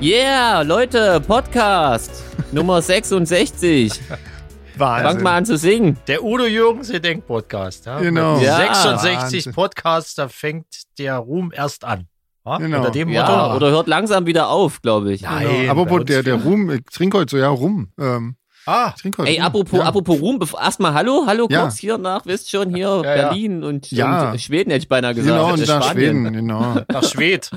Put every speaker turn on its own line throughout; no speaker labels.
Yeah, Leute, Podcast Nummer 66. Fangt
Wahnsinn.
mal an zu singen.
Der Udo Jürgens ihr Denkpodcast. Ja?
Genau.
Mit
Ja.
66
Wahnsinn.
Podcasts, da fängt der Ruhm erst an. Ja?
Genau.
Unter dem Motto.
Ja, oder hört langsam wieder auf, glaube ich.
Nein.
Genau.
bei
Apropos
uns
der, der
viel.
Ruhm, ich trinke heute so, ja, Rum. Ähm,
Ah,
ich trinke heute
Ey,
Rum.
apropos,
ja.
apropos Ruhm, bef- erstmal hallo, hallo
Ja.
kurz hier nach, wisst schon, hier
Ja, ja.
Berlin Und,
Ja.
und Schweden hätte ich beinahe gesagt.
Genau,
Äh,
und nach Schweden, genau.
nach Schwed.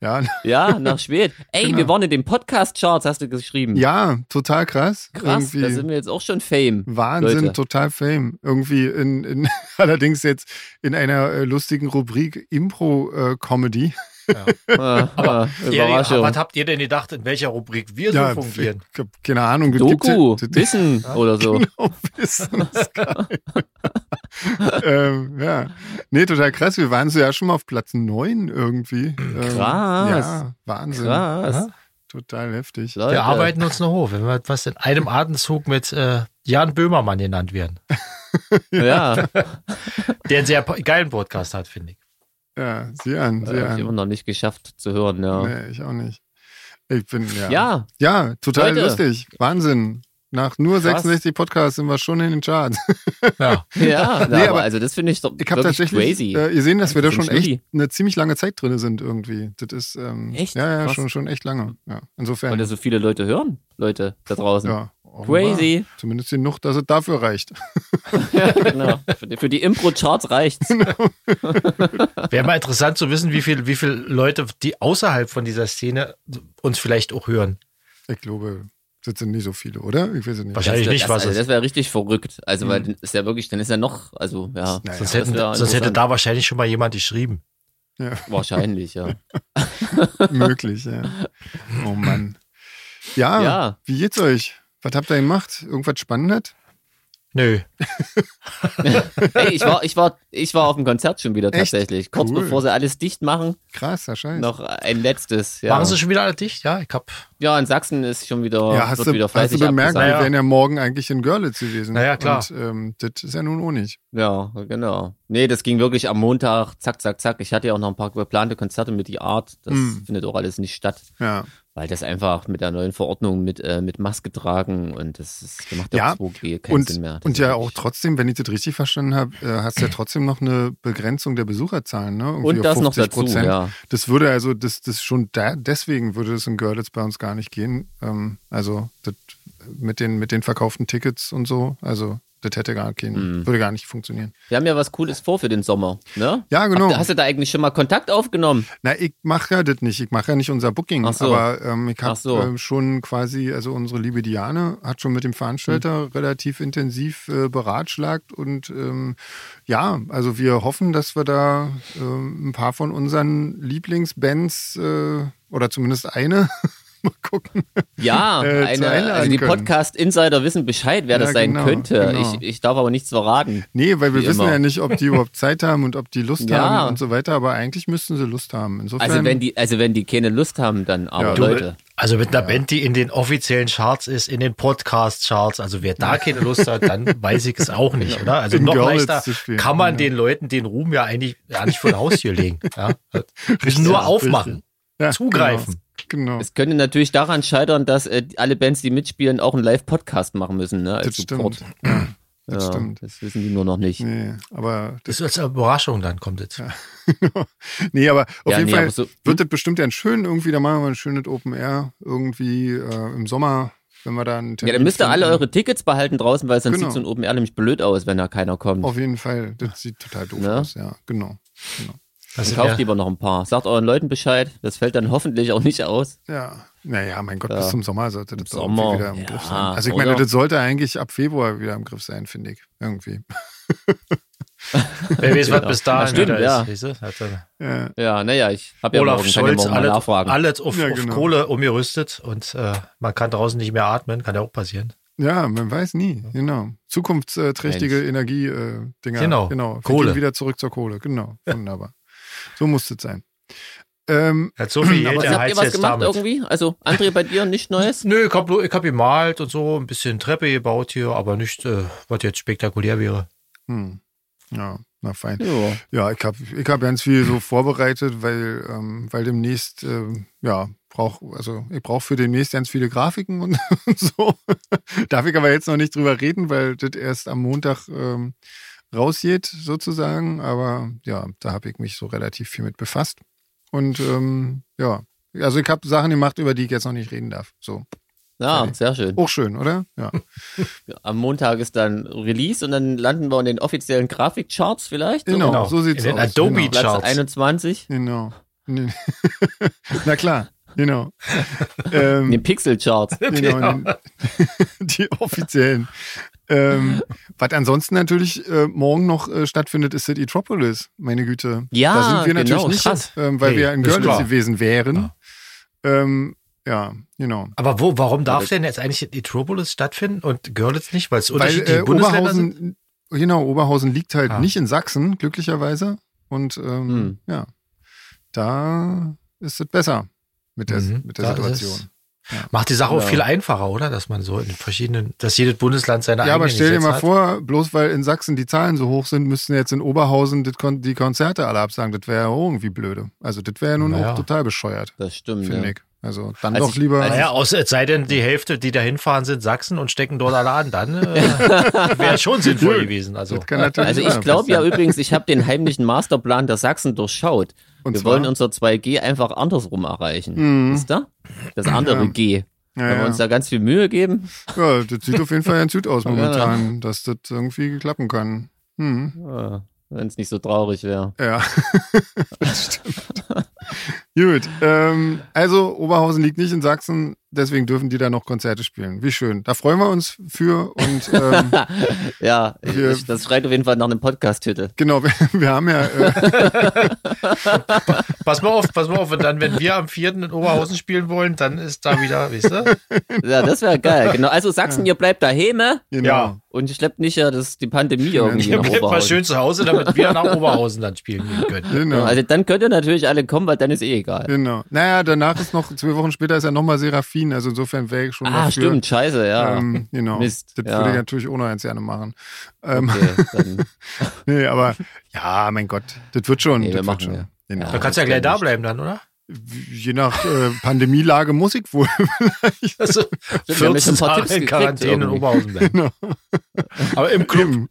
Ja,
Ja, nach Schweden. Ey,
Genau.
wir waren in den Podcast-Charts, hast du geschrieben.
ja total krass.
Krass, da
Irgendwie
sind wir jetzt auch schon Fame.
Wahnsinn,
Leute.
total Fame. Irgendwie in, in allerdings jetzt in einer äh, lustigen Rubrik Impro-Comedy.
Ah, ah,
Ihr-
Überraschung.
Was habt ihr denn gedacht, in welcher Rubrik wir so fungieren?
ich hab keine Ahnung. gibt-
Doku,
gibt's ja-
Wissen oder so.
Genau, Wissensgeil. ähm, ja. Nee, total krass. Wir waren so ja schon mal auf Platz 9 irgendwie. Ähm,
Krass.
Ja, Wahnsinn.
Krass.
Ja?
Total heftig.
Leute.
Wir arbeiten uns noch hoch, wenn wir was in einem Atemzug mit äh, Jan Böhmermann genannt werden,
Ja, ja.
der einen sehr po- geilen Podcast hat, finde ich.
Ja, sieh an, sieh
habe ich immer
an.
noch nicht geschafft zu hören, ja.
Nee, ich auch nicht. Ich bin, ja.
Ja,
Ja, total
Leute.
lustig. Wahnsinn. Nach nur
Krass.
66 Podcasts sind wir schon in den Charts.
Ja.
Ja, na,
Nee,
aber
aber
also das finde ich doch
Ich habe
wirklich
tatsächlich,
crazy.
äh, ihr sehen, dass wir da
Das ist
schon
ein Schnulli.
echt eine ziemlich lange Zeit drin sind irgendwie. Das ist, ähm,
Echt?
Ja, ja,
Krass.
schon, schon echt lange. Ja,
Weil
insofern.
das so viele Leute hören, Leute da draußen.
ja, offenbar.
Crazy.
Zumindest genug, dass es dafür reicht.
Ja, genau. Für die, für die Impro-Charts reicht's.
Wäre mal interessant zu wissen, wie viel, wie viel Leute, die außerhalb von dieser Szene uns vielleicht auch hören.
Ich glaube, das sind nicht so viele, oder? Ich weiß es nicht.
Wahrscheinlich. Weiß ich nicht,
das,
was
also,
es-
das wäre richtig verrückt. Also,
Mhm.
weil dann ist ja wirklich, dann ist ja noch, also ja,
Naja,
Sonst,
das
hätten,
wäre
sonst hätte
interessant.
da wahrscheinlich schon mal jemand geschrieben.
wahrscheinlich, ja.
möglich, ja. Oh Mann. Ja,
Ja.
wie geht's euch? Was habt ihr gemacht? Irgendwas Spannendes?
Nö.
Ey, ich war, ich war, ich war auf dem Konzert schon wieder
Echt?
tatsächlich. Kurz
Cool.
bevor sie alles dicht machen,
Krasser Scheiß.
noch ein letztes. Ja,
Machen sie schon wieder alle dicht? Ja, ich hab.
ja in Sachsen ist schon wieder,
Ja, hast
wird
du,
wieder
hast du
fleißig
bemerkt, wir
abgesagt.
Ja.
wären ja morgen eigentlich in Görlitz gewesen.
Naja, klar.
Und ähm, das ist ja nun auch nicht.
Ja, genau. Nee, das ging wirklich am Montag, zack, zack, zack. Ich hatte ja auch noch ein paar geplante Konzerte mit die Art. Das
Hm.
findet auch alles nicht statt,
Ja.
weil das einfach mit der neuen Verordnung mit, äh, mit Maske tragen und das ist gemacht
Ja,
auf 2G keinen
Und,
Sinn mehr. Das
und
ist
ja
wirklich-
auch trotzdem, wenn ich das richtig verstanden habe, äh, hast du ja trotzdem noch eine Begrenzung der Besucherzahlen, ne? Irgendwie
Und
auf
das noch dazu,
50%.
ja.
Das würde also, das, das schon da, deswegen würde das in Görlitz bei uns gar nicht gehen. Ähm, also das, mit, den, mit den verkauften Tickets und so, also das hätte gar keinen,
Mhm.
würde gar nicht funktionieren.
Wir haben ja was Cooles vor für den Sommer, ne?
Ja, genau.
Habt- Hast du da eigentlich schon mal Kontakt aufgenommen?
Na, ich mache ja das nicht. Ich mache ja nicht unser Booking,
Ach so.
aber ähm, ich habe
Ach so.
ähm, schon quasi, also unsere liebe Diane hat schon mit dem Veranstalter
Hm.
relativ intensiv äh, beratschlagt und ähm, ja, also wir hoffen, dass wir da ähm, ein paar von unseren Lieblingsbands äh, oder zumindest eine mal gucken.
Ja,
Äh, zu
eine, also
einladen
die
können.
Podcast-Insider wissen Bescheid, wer
Ja,
das sein
genau,
könnte.
genau.
Ich, ich darf aber nichts verraten.
Nee, weil wir
Wie
wissen
immer.
ja nicht, ob die überhaupt Zeit haben und ob die Lust
Ja.
haben und so weiter, aber eigentlich müssten sie Lust haben. Insofern,
Also wenn die, also wenn die keine Lust haben, dann aber
Ja.
Du,
Oh, Leute.
Also mit einer Band, die in den offiziellen Charts ist, in den Podcast-Charts, also wer da keine Lust hat, dann weiß ich es auch nicht, oder? Also
In
noch
Görlitz
leichter
zu spielen,
kann man
ja.
den Leuten den Ruhm ja eigentlich gar nicht vor die Haustür legen. Ja? Müssen nur aufmachen.
Ja,
zugreifen.
Genau. genau.
Es könnte natürlich daran scheitern, dass äh, alle Bands, die mitspielen, auch einen Live-Podcast machen müssen, ne? Als
Das
Support.
stimmt. Ja, das
ja,
stimmt.
Das wissen die nur noch nicht.
Nee, aber
Das ist als Überraschung dann kommt jetzt.
nee, aber auf
Ja,
jeden
nee,
Fall
aber so- hm?
wird das bestimmt ja ein schön irgendwie, da machen wir ein schönes Open Air irgendwie äh, im Sommer, wenn wir dann
Ja, dann müsst ihr alle eure Tickets behalten draußen, weil sonst
Genau.
sieht so ein Open Air nämlich blöd aus, wenn da keiner kommt.
Auf jeden Fall, das sieht total doof
Ne?
aus, ja, genau.
Dann
Das sind
kauft
Also, ja-
lieber noch ein paar. Sagt euren Leuten Bescheid. Das fällt dann hoffentlich auch nicht aus.
Ja, naja, mein Gott,
Ja.
bis zum Sommer sollte das
Im
doch irgendwie
Sommer,
wieder im
ja,
Griff sein. Also ich meine,
oder?
das sollte eigentlich ab Februar wieder im Griff sein, finde ich, irgendwie.
Wer weiß, was
Genau.
bis dahin
Ja, stimmt,
wieder
ja.
ist. weißt du? Hat dann
Ja,
Ja, naja, ich habe ja
Olaf
morgen, kann ja
Scholz,
morgen mal
alles,
nachfragen.
alles auf,
Ja,
auf
genau.
Kohle umgerüstet und äh, man kann draußen nicht mehr atmen, kann ja auch passieren.
ja man weiß nie, genau. Zukunftsträchtige Energiedinger.
Genau.
genau. Wir
Kohle.
Gehen wieder zurück zur Kohle, genau. Wunderbar. so muss das sein. Ähm,
Hat so viel
Aber
Was habt
Geld
ihr
erheizt
was
jetzt
gemacht
damit.
irgendwie? Also, André, bei dir nichts Neues?
Nö, ich hab, nur- ich hab gemalt und so, ein bisschen Treppe gebaut hier, aber nicht, äh, was jetzt spektakulär wäre.
Hm. Ja, na fein. Jo. Ja, ich habe ich hab ganz viel so vorbereitet, weil, ähm, weil demnächst, ähm, ja, brauch, also ich brauche für demnächst ganz viele Grafiken und, und, so. Darf ich aber jetzt noch nicht drüber reden, weil das erst am Montag ähm, rausgeht, sozusagen. Aber ja, da habe ich mich so relativ viel mit befasst. Und ähm, ja, also ich habe Sachen gemacht, über die ich jetzt noch nicht reden darf. So.
Ja, okay. sehr schön.
Auch schön, oder? Ja.
Am Montag ist dann Release und dann landen wir in den offiziellen Grafikcharts vielleicht.
Genau, genau. so sieht's
in
aus.
Den Adobe
genau. Platz
Charts.
21.
Genau. Na klar. Genau. Hm.
Ähm, in den Pixel-Charts.
Genau, den, die offiziellen. ähm, was ansonsten natürlich äh, morgen noch äh, stattfindet, ist City Tropolis, meine Güte.
Ja,
da sind wir
genau,
natürlich nicht,
krass.
ähm, weil
Nee,
wir ja in
ist
Görlitz
klar.
gewesen wären. Ja, ähm, ja genau.
Aber wo, warum darf denn jetzt eigentlich Etropolis stattfinden und Görlitz nicht? Weil es
Weil
unterschiedliche
äh,
Bundesländer sind?
Oberhausen, genau, Oberhausen liegt halt
Ah.
nicht in Sachsen, glücklicherweise. Und ähm,
Hm.
ja, da ist es besser mit der,
Mhm,
mit der
da ist
Situation.
es- Macht die Sache auch
Ja.
viel einfacher, oder? Dass man so in verschiedenen, dass jedes Bundesland
Ja,
seine eigenen
aber stell dir
Gesetze
mal
hat.
vor, bloß weil in Sachsen die Zahlen so hoch sind, müssten jetzt in Oberhausen das Kon die Konzerte alle absagen. Das wäre ja auch irgendwie blöde. Also das wäre ja nun
Naja.
auch total bescheuert,
Das stimmt.
finde
Ja.
ich. Also dann
Als
doch
ich-
lieber.
Naja, außer, es sei denn, die Hälfte, die da hinfahren, sind Sachsen und stecken dort alle an. Dann äh, wäre schon sinnvoll gewesen. Also,
das kann natürlich
Also ich
sein.
glaube ja übrigens, ich habe den heimlichen Masterplan der Sachsen durchschaut.
Und
wir
zwar?
wollen unser 2G einfach andersrum erreichen.
Mhm.
Wisst ihr? Das andere
Ja.
G.
Ja,
Wenn wir
ja.
uns da ganz viel Mühe geben.
ja, das sieht auf jeden Fall ganz gut aus
Ja, ja.
momentan, dass das irgendwie klappen kann. Hm.
Wenn es äh, nicht so traurig wäre.
Ja, das stimmt. Gut, ähm, also Oberhausen liegt nicht in Sachsen, deswegen dürfen die da noch Konzerte spielen. Wie schön. Da freuen wir uns für und ähm,
Ja, ich,
Wir-
ich, das schreit auf jeden Fall nach einem Podcast-Titel.
genau, wir, wir haben ja äh,
pass mal auf, pass mal auf. Und dann, wenn wir am 4. in Oberhausen spielen wollen, dann ist da wieder, weißt du?
Ja, das wäre geil. Genau. Also Sachsen, ihr bleibt daheim ne?
Genau.
Ja.
und schleppt nicht ja das, die Pandemie irgendwie
Ihr
nach
bleibt mal
Oberhausen.
schön zu Hause, damit wir nach Oberhausen dann spielen gehen können.
Ja,
Genau.
Also dann könnt ihr natürlich alle kommen, weil dann ist eh egal.
genau. Naja, danach ist noch, zwei Wochen später ist ja nochmal Seraphin, also insofern wäre ich schon
Ah,
dafür.
stimmt, scheiße, ja.
Ähm, genau.
Mist,
Das
ja.
würde ich natürlich auch noch ganz gerne machen. Ähm,
Okay, dann,
nee, aber ja, mein Gott, das wird schon.
Nee, wir
das
machen
wird schon.
wir.
Genau.
Da kannst du ja gleich da bleiben dann, oder?
Je nach äh, Pandemielage muss ich wohl.
Also,
wir haben ja schon
14
ein paar
Tage
Tipps
in
gekriegt
Quarantäne in
irgendwie.
Oberhausen bleiben.
Genau.
Aber im Club.
Eben.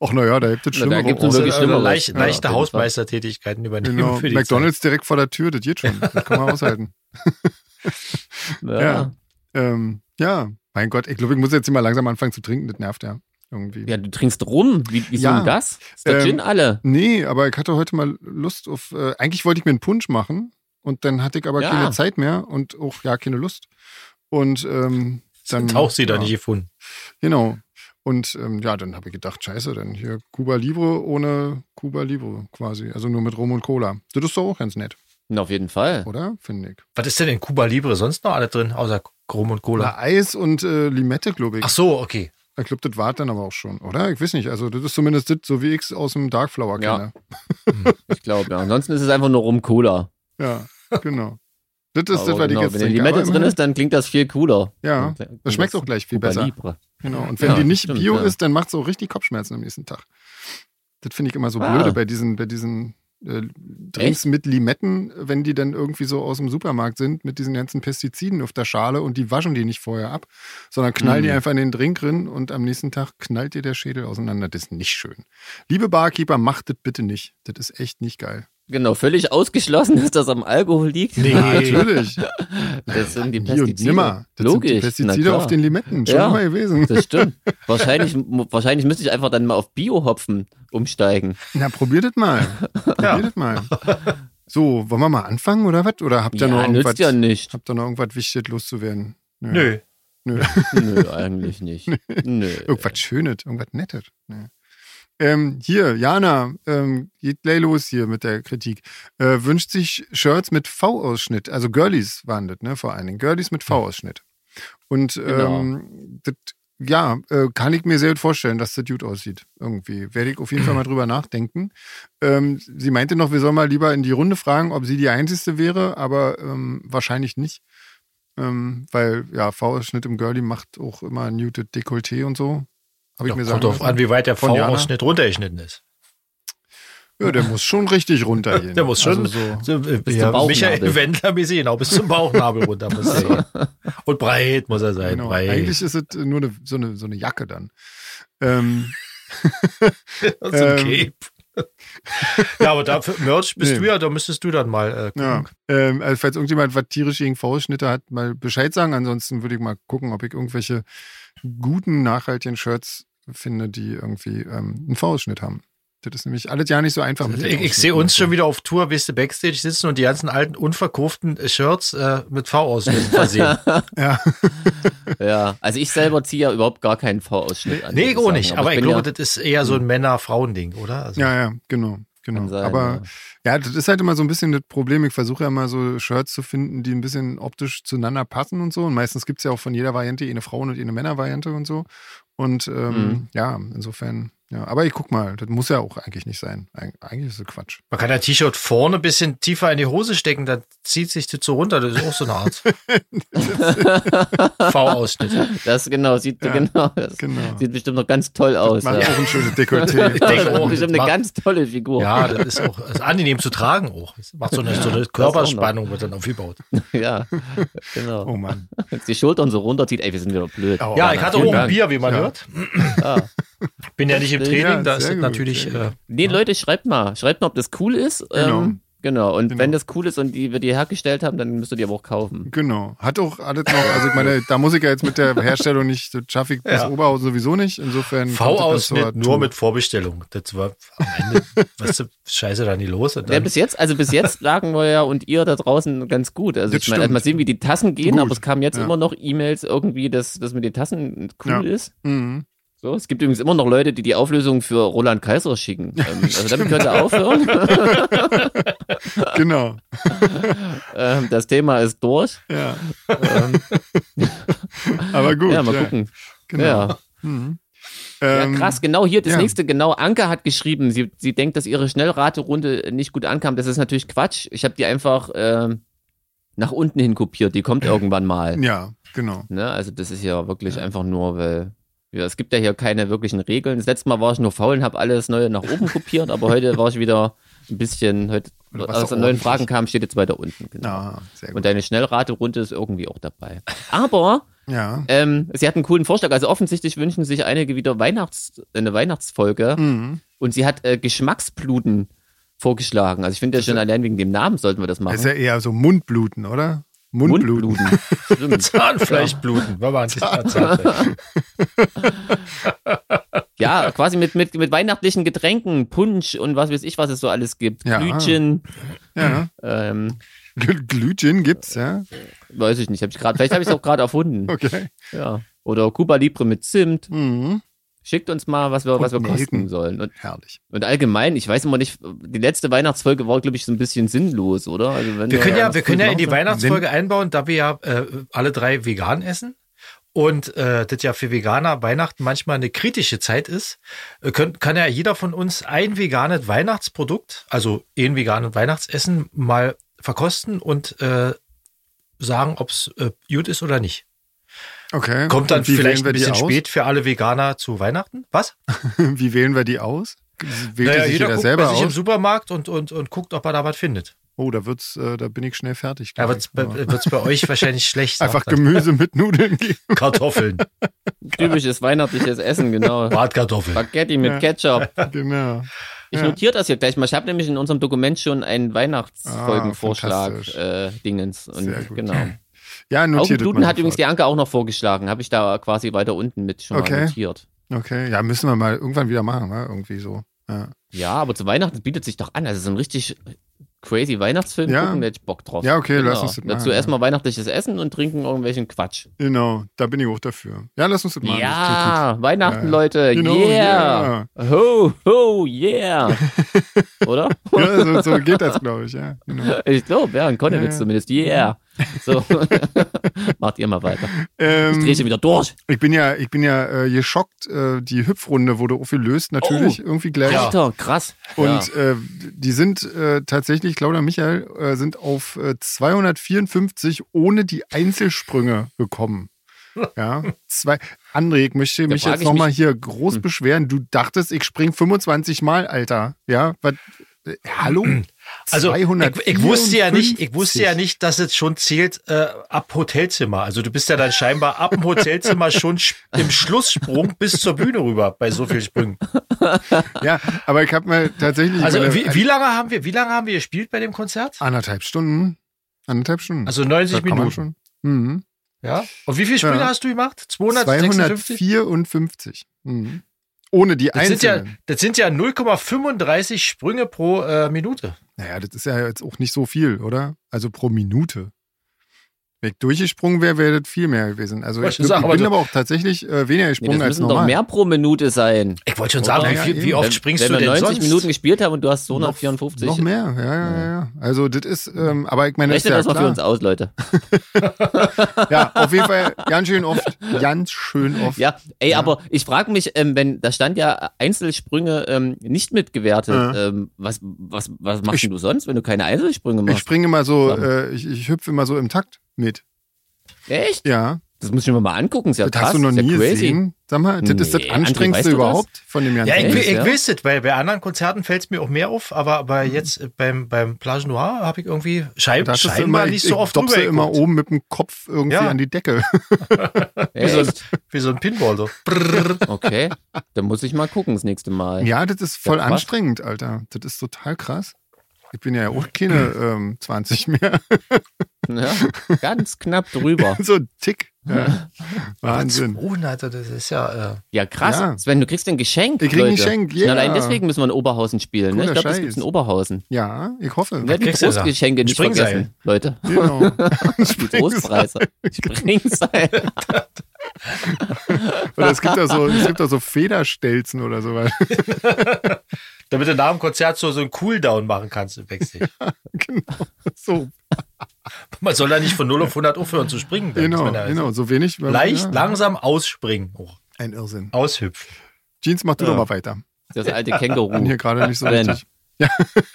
Ach naja, da gibt es
Na, da
Schlimmeres.
gibt's
auch.
wirklich
Also,
Schlimmeres.
leicht,
Ja,
leichte
auf jeden Fall.
Hausmeistertätigkeiten übernehmen
Genau.
für die Zeit.
McDonalds direkt vor der Tür, das geht schon. Das kann man aushalten.
ja.
Ja.
Ja.
Ähm, ja, mein Gott, ich glaube, ich muss jetzt hier mal langsam anfangen zu trinken, das nervt ja irgendwie.
du trinkst rum. Wie, wieso
Ja.
denn das? Ist der
Ähm,
Gin alle?
Nee, aber ich hatte heute mal Lust auf. Äh, eigentlich wollte ich mir einen Punsch machen und dann hatte ich aber
Ja.
keine Zeit mehr und auch ja keine Lust. Und ähm, dann.
Tauch sie da
ja,
nicht gefunden.
Genau. Und ähm, ja, dann habe ich gedacht, scheiße, dann hier Cuba Libre ohne Cuba Libre quasi. Also nur mit Rum und Cola. Das ist doch auch ganz nett,
Na, auf jeden Fall.
oder? Finde ich.
Was ist denn in Cuba Libre sonst noch alles drin, außer Rum und Cola?
Na, Eis und äh, Limette, glaube ich.
Ach so, okay.
Ich glaube, das war dann aber auch schon, oder? Ich weiß nicht. Also, das ist zumindest das, so wie ich es aus dem Darkflower
Ja.
kenne.
Ich glaube, ja. Ansonsten ist es einfach nur rum Cola.
Ja, genau. Das ist das,
Aber
was
genau,
ich jetzt
wenn die
trinke.
Limette
Aber
drin
immerhin-
ist, dann klingt das viel cooler.
Ja,
Dann klingt
das schmeckt auch gleich viel
Cuba
besser.
Libre.
Genau. Und wenn
Ja,
die nicht
stimmt,
bio
ja.
ist, dann macht es auch richtig Kopfschmerzen am nächsten Tag. Das finde ich immer so
Ah.
blöde bei diesen, bei diesen äh, Drinks mit Limetten, wenn die dann irgendwie so aus dem Supermarkt sind mit diesen ganzen Pestiziden auf der Schale und die waschen die nicht vorher ab, sondern knallen
Hm.
die einfach in den Drink drin und am nächsten Tag knallt dir der Schädel auseinander. Das ist nicht schön. Liebe Barkeeper, macht das bitte nicht. Das ist echt nicht geil.
Genau, völlig ausgeschlossen, dass das am Alkohol liegt.
Nee.
Ja, natürlich.
Das sind die
Hier und
Pestizide.
nimmer. Das
Logisch.
sind die
na
Pestizide
klar.
auf den Limetten. Schon
Ja.
mal gewesen.
Das stimmt. Wahrscheinlich, wahrscheinlich müsste ich einfach dann mal auf Bio-Hopfen umsteigen.
Na, probiert es mal. Probiert es mal. So, wollen wir mal anfangen oder was? Oder habt
ja,
ihr noch irgendwas?
nützt ja nicht.
Habt ihr noch irgendwas Wichtiges loszuwerden? Nö.
Nö.
Nö, eigentlich nicht. Nö.
Irgendwas Schönes, irgendwas Nettes. Nö. Ähm, hier, Jana, ähm, geht gleich los hier mit der Kritik. Äh, wünscht sich Shirts mit V-Ausschnitt, also Girlies waren das, ne, vor allen Dingen. Girlies mit V-Ausschnitt. Und
Genau.
ähm, das, ja, äh, kann ich mir sehr gut vorstellen, dass das gut aussieht. Irgendwie. Werde ich auf jeden Fall mal drüber nachdenken. Ähm, sie meinte noch, wir sollen mal lieber in die Runde fragen, ob sie die einzige wäre, aber ähm, wahrscheinlich nicht. Ähm, weil ja, V-Ausschnitt im Girlie macht auch immer ein muted Dekolleté und so. Habe ich
Doch,
mir sagen
kommt drauf
lassen.
an, wie weit der
Von Jana.
V-Ausschnitt runtergeschnitten ist.
Ja, der muss schon richtig runtergehen.
Der muss schon
Also so.
so, äh,
zum
ja,
Bauchnabel.
Michael Wendler mäßig, genau, bis zum Bauchnabel runter muss er gehen. Und breit muss er sein.
Genau.
Breit.
Eigentlich ist es nur eine, so, eine, so eine Jacke dann. Ähm,
Und so ein
ähm,
Cape. ja, aber dafür, Merch bist
Nee.
du ja, da müsstest du dann mal äh, gucken.
ja. ähm, also falls irgendjemand was tierisch gegen V-Schnitte hat, mal Bescheid sagen. Ansonsten würde ich mal gucken, ob ich irgendwelche guten, nachhaltigen Shirts finde, die irgendwie ähm, einen V-Schnitt haben. Das ist nämlich alles ja nicht so einfach. mit den ne?
Ich, ich sehe
Ausschnitten.
uns schon wieder auf Tour, weißt du, Backstage sitzen und die ganzen alten, unverkauften äh, Shirts äh, mit V-Ausschnitten versehen.
Ja.
Ja, also ich selber ziehe ja überhaupt gar keinen V-Ausschnitt an. muss
nee,
ich
gar
sagen.
nicht. Aber ich
bin Hm.
glaube, das ist eher so ein Männer-Frauen-Ding, oder? Also,
Ja, ja, genau. Genau.
Kann sein,
Aber ja. das ist halt immer so ein bisschen das Problem. Ich versuche ja immer so Shirts zu finden, die ein bisschen optisch zueinander passen und so. Und meistens gibt es ja auch von jeder Variante eine Frauen- und eine Männer-Variante und so. Und ähm,
Mhm.
ja, insofern, ja. Aber ich guck mal, das muss ja auch eigentlich nicht sein. Eig eigentlich ist das Quatsch.
Man kann das T-Shirt vorne ein bisschen tiefer in die Hose stecken, dann zieht sich das so runter. Das ist auch so eine Art V-Ausschnitt.
Das genau, sieht
Ja,
genau, das
Genau.
sieht bestimmt noch ganz toll aus.
Macht
Ja.
auch ein schönes Dekolleté.
Ich denke
Das
auch,
ist bestimmt eine
macht-
ganz tolle Figur.
Ja, das ist auch ist angenehm zu tragen auch. Das macht so eine, so eine Körperspannung, wird dann aufgebaut.
Ja, genau.
Oh Mann.
Wenn die Schultern so runterzieht, ey, wir sind wieder blöd. Ah.
Oh,
Ja, ich hatte auch ein
Dank.
Bier, wie man
Ja.
hört.
Ja.
Bin ja nicht im Training,
Ja,
da ist
sehr gut,
das natürlich.
sehr
Äh,
Nee, Leute, schreibt mal. Schreibt mal, ob das cool ist. Ähm, genau. Und
Genau.
wenn das cool ist und die wir die hergestellt haben, dann müsst ihr die aber auch kaufen.
Genau. Hat auch alles noch, also ich meine, da muss ich ja jetzt mit der Herstellung nicht, das schaffe ich bis
Ja.
Oberhausen sowieso nicht. Insofern. kommt das halt dann zur
V-Ausschnitt nur
Tour.
mit Vorbestellung. Das war am Ende, weißt du, scheiße da nie los. Und
Ja,
dann,
bis jetzt, also bis jetzt lagen wir ja und ihr da draußen ganz gut. Also
Das
ich meine, also
stimmt.
mal sehen, wie die Tassen gehen,
Gut.
aber es kamen jetzt
Ja.
immer noch E-Mails irgendwie, dass das mit den Tassen cool
Ja.
ist.
Mhm.
So, es gibt übrigens immer noch Leute, die die Auflösung für Roland Kaiser schicken. Ähm, also damit könnt ihr aufhören.
Genau.
ähm, das Thema ist durch.
Ja.
Ähm.
Aber gut.
ja, mal gucken.
Genau.
Ja.
Mhm.
Ja,
Ähm,
krass, genau hier das
ja.
nächste, genau. Anke hat geschrieben, sie, sie denkt, dass ihre Schnellraterunde nicht gut ankam. Das ist natürlich Quatsch. Ich habe die einfach ähm, nach unten hin kopiert. Die kommt irgendwann mal.
Ja, genau.
Ne? Also das ist ja wirklich einfach nur, weil ja, es gibt ja hier keine wirklichen Regeln. Das letzte Mal war ich nur faul und habe alles Neue nach oben kopiert, aber heute war ich wieder ein bisschen, heute,
Warst
als
du
an neuen
ordentlich.
Fragen kam, steht jetzt weiter unten. Genau.
Ja, Ah, sehr gut.
Und deine Schnellraterunde ist irgendwie auch dabei. Aber
ja.
ähm, sie hat einen coolen Vorschlag. Also offensichtlich wünschen sich einige wieder Weihnachts eine Weihnachtsfolge.
Mhm.
Und sie hat äh, Geschmacksbluten vorgeschlagen. Also ich finde ja schon allein wegen dem Namen sollten wir das machen.
Ist ja eher so Mundbluten, oder? Mundbluten.
Stimmt.
Zahnfleischbluten, wenn man sich mal Zahnfleisch.
Ja, quasi mit, mit, mit weihnachtlichen Getränken, Punsch und was weiß ich, was es so alles gibt.
Ja.
Glühchen,
Ja.
ähm,
Gl- Glühgin gibt's, ja.
weiß ich nicht. Hab ich grad, vielleicht habe ich es auch gerade erfunden.
Okay.
Ja. Oder Cuba Libre mit Zimt.
Mhm.
Schickt uns mal, was wir, was wir
Und
kosten
Nelken.
sollen. Und,
Herrlich.
und allgemein, ich weiß immer nicht, die letzte Weihnachtsfolge war, glaube ich, so ein bisschen sinnlos, oder? Also wenn
Wir können ja,
was
wir können ja in die
machen-
Weihnachtsfolge einbauen, da wir ja äh, alle drei vegan essen. Und äh, das ja für Veganer Weihnachten manchmal eine kritische Zeit ist, äh, könnt, kann ja jeder von uns ein veganes Weihnachtsprodukt, also ein veganes Weihnachtsessen, mal verkosten und äh, sagen, ob es äh, gut ist oder nicht.
Okay.
Kommt dann
Und wie
vielleicht
wählen
ein
wir die
bisschen
aus?
spät für alle Veganer zu Weihnachten. Was?
Wie wählen wir die aus? Wählt
Naja,
sich jeder,
guckt bei
selber
sich im
aus?
Supermarkt und, und, und guckt, ob er da was findet.
Oh, da wird's, äh, da bin ich schnell fertig.
Da
glaub
wird es
ich.
bei,
äh,
Aber
wird's bei euch wahrscheinlich schlecht. sagt
genau. Einfach
er.
Gemüse mit Nudeln geben.
Kartoffeln,
Typisches weihnachtliches Essen, genau.
Bratkartoffeln.
Spaghetti mit
Ja.
Ketchup.
genau.
Ich
Ja.
notiere das hier gleich mal. Ich habe nämlich in unserem Dokument schon einen
Ah,
Weihnachtsfolgenvorschlag
fantastisch.
äh, Dingens. Und
Sehr gut.
genau.
Ja, notiert. das
Augenbluten
mal
hat übrigens
sofort.
die Anke auch noch vorgeschlagen. Habe ich da quasi weiter unten mit schon
Okay.
mal notiert.
Okay. Ja, müssen wir mal irgendwann wieder machen, ne? irgendwie so. Ja.
Ja, aber zu Weihnachten bietet sich doch an. Also so ein richtig crazy Weihnachtsfilm
Ja.
gucken, da hätte ich Bock drauf. Genau.
Ja, okay, lass uns das
Dazu
machen,
erstmal weihnachtliches Essen und trinken irgendwelchen Quatsch.
Genau, da bin ich auch dafür. Ja, lass uns das machen. Das klingt gut.
ja, Weihnachten,
Ja.
Leute.
Genau,
yeah. Ho, ho, yeah. Oder?
Ja, so, so geht das, glaube ich, ja. Genau.
Ich glaube, ja, in Konnewitz
Ja, ja.
zumindest. Yeah. So. Macht ihr mal weiter. Ich drehe
Ähm,
schon wieder durch.
ich bin ja, ich bin ja äh, geschockt. Äh, die Hüpfrunde wurde auch gelöst, natürlich, irgendwie gleich.
Oh. Ja.
Alter, krass.
Und äh, die sind äh, tatsächlich, Claudia und Michael, äh, sind auf äh, 254 ohne die Einzelsprünge gekommen. Ja, zwei. André, ich möchte
Da
mich
frag
jetzt
ich
nochmal
mich-
hier groß
Hm.
beschweren. Du dachtest, ich spring 25 Mal, Alter. Ja, was? Äh, hallo?
Also ich, ich wusste ja nicht, ich wusste ja
254.
nicht, dass es schon zählt äh, ab Hotelzimmer. Also du bist ja dann scheinbar ab dem Hotelzimmer schon sch- im Schlusssprung bis zur Bühne rüber bei so vielen Sprüngen.
Ja, aber ich habe mir tatsächlich
Also
meine-
wie, wie lange haben wir, wie lange haben wir gespielt bei dem Konzert?
anderthalb Stunden. Anderthalb Stunden.
Also 90
Da kann man
Minuten.
Schon. Mhm.
Ja. Und wie viele Spiele
Ja.
hast du gemacht? 256?
254. Mhm. Ohne die
Das sind, ja,
einzelnen.
das sind ja 0,35 Sprünge pro äh, Minute.
Naja, das ist ja jetzt auch nicht so viel, oder? Also pro Minute. Wenn ich durchgesprungen wäre, wäre das viel mehr gewesen. Also
Wollte
ich,
schon sagen,
ich
aber
bin
du-
aber auch tatsächlich äh, weniger
Nee, das
gesprungen als
müssen doch
normal.
mehr pro Minute sein.
Ich wollte schon
sagen,
sagen,
wie
wie,
viel-
wie
wie
oft
wenn,
springst
wenn
du denn
wir 90
sonst?
Minuten gespielt haben und du hast
Noch-
254.
Noch mehr, ja, ja, ja, ja. Also das ist, ähm, aber ich meine, das ist
Rechnet
ja
das mal für uns
klar.
aus, Leute.
Ja, auf jeden Fall ganz schön oft. Ganz schön oft.
Ja, ey,
Ja.
aber ich frage mich, ähm, wenn da stand ja Einzelsprünge ähm, nicht mitgewertet.
Ja.
Ähm, was, was, was machst
Ich-
denn du sonst, wenn du keine Einzelsprünge
ich
machst?
springe immer so,
Dann-
äh, ich, ich hüpfe immer so im Takt mit.
Echt?
Ja,
Das muss ich mir mal angucken. Ist ja
das
krass.
hast du noch
ist ja
nie
crazy.
gesehen. Sag mal, das ist
Nee,
das
André,
Anstrengendste
weißt du das?
überhaupt von dem ganzen
Ja, ich,
Ja,
ich,
ja.
weiß es, weil bei anderen Konzerten fällt es mir auch mehr auf, aber, aber jetzt äh, beim, beim Plage Noir habe ich irgendwie schein,
Mhm. Da hast du
scheinbar
immer,
nicht
ich-
so
ich
oft
dopse
drüber
immer
geguckt.
oben mit dem Kopf irgendwie
Ja.
an die Decke.
Echt?
Wie so ein Pinball. So. Brrrr.
Okay, dann muss ich mal gucken das nächste Mal.
Ja, das ist voll
Ja, krass.
anstrengend, Alter. Das ist total krass. Ich bin ja auch keine ähm, 20 mehr.
Ja, ganz knapp drüber.
so ein Tick. Ja. Wahnsinn.
Oh, nein, das ist ja. Äh,
Ja, krass.
Ja.
Sven, du kriegst ein Geschenk.
Ich krieg ein
Leute.
Geschenk,
Und Allein
yeah.
deswegen müssen wir in Oberhausen spielen. Ne? Ich
Cooler
glaube, das
Scheiß.
gibt's in Oberhausen.
Ja, ich hoffe.
Wir werden die
kriegst du da?
Trostgeschenke nicht
Springseil.
vergessen, Leute.
Genau.
Die Trostpreise. Springseil.
Oder es gibt da so, es gibt da so Federstelzen oder sowas.
damit du nach dem Konzert so, so einen Cooldown machen kannst im Backstage.
Genau. So,
Man soll ja nicht von 0 auf 100 aufhören zu springen. dann, muss
genau,
man ja
genau, so wenig. weil-
Leicht,
ja,
langsam ausspringen. Oh,
Ein Irrsinn.
aushüpfen.
Jeans, mach du
Ja.
doch mal weiter.
Das alte
Bin
Känguru.
hier gerade nicht so
Wenn.
richtig.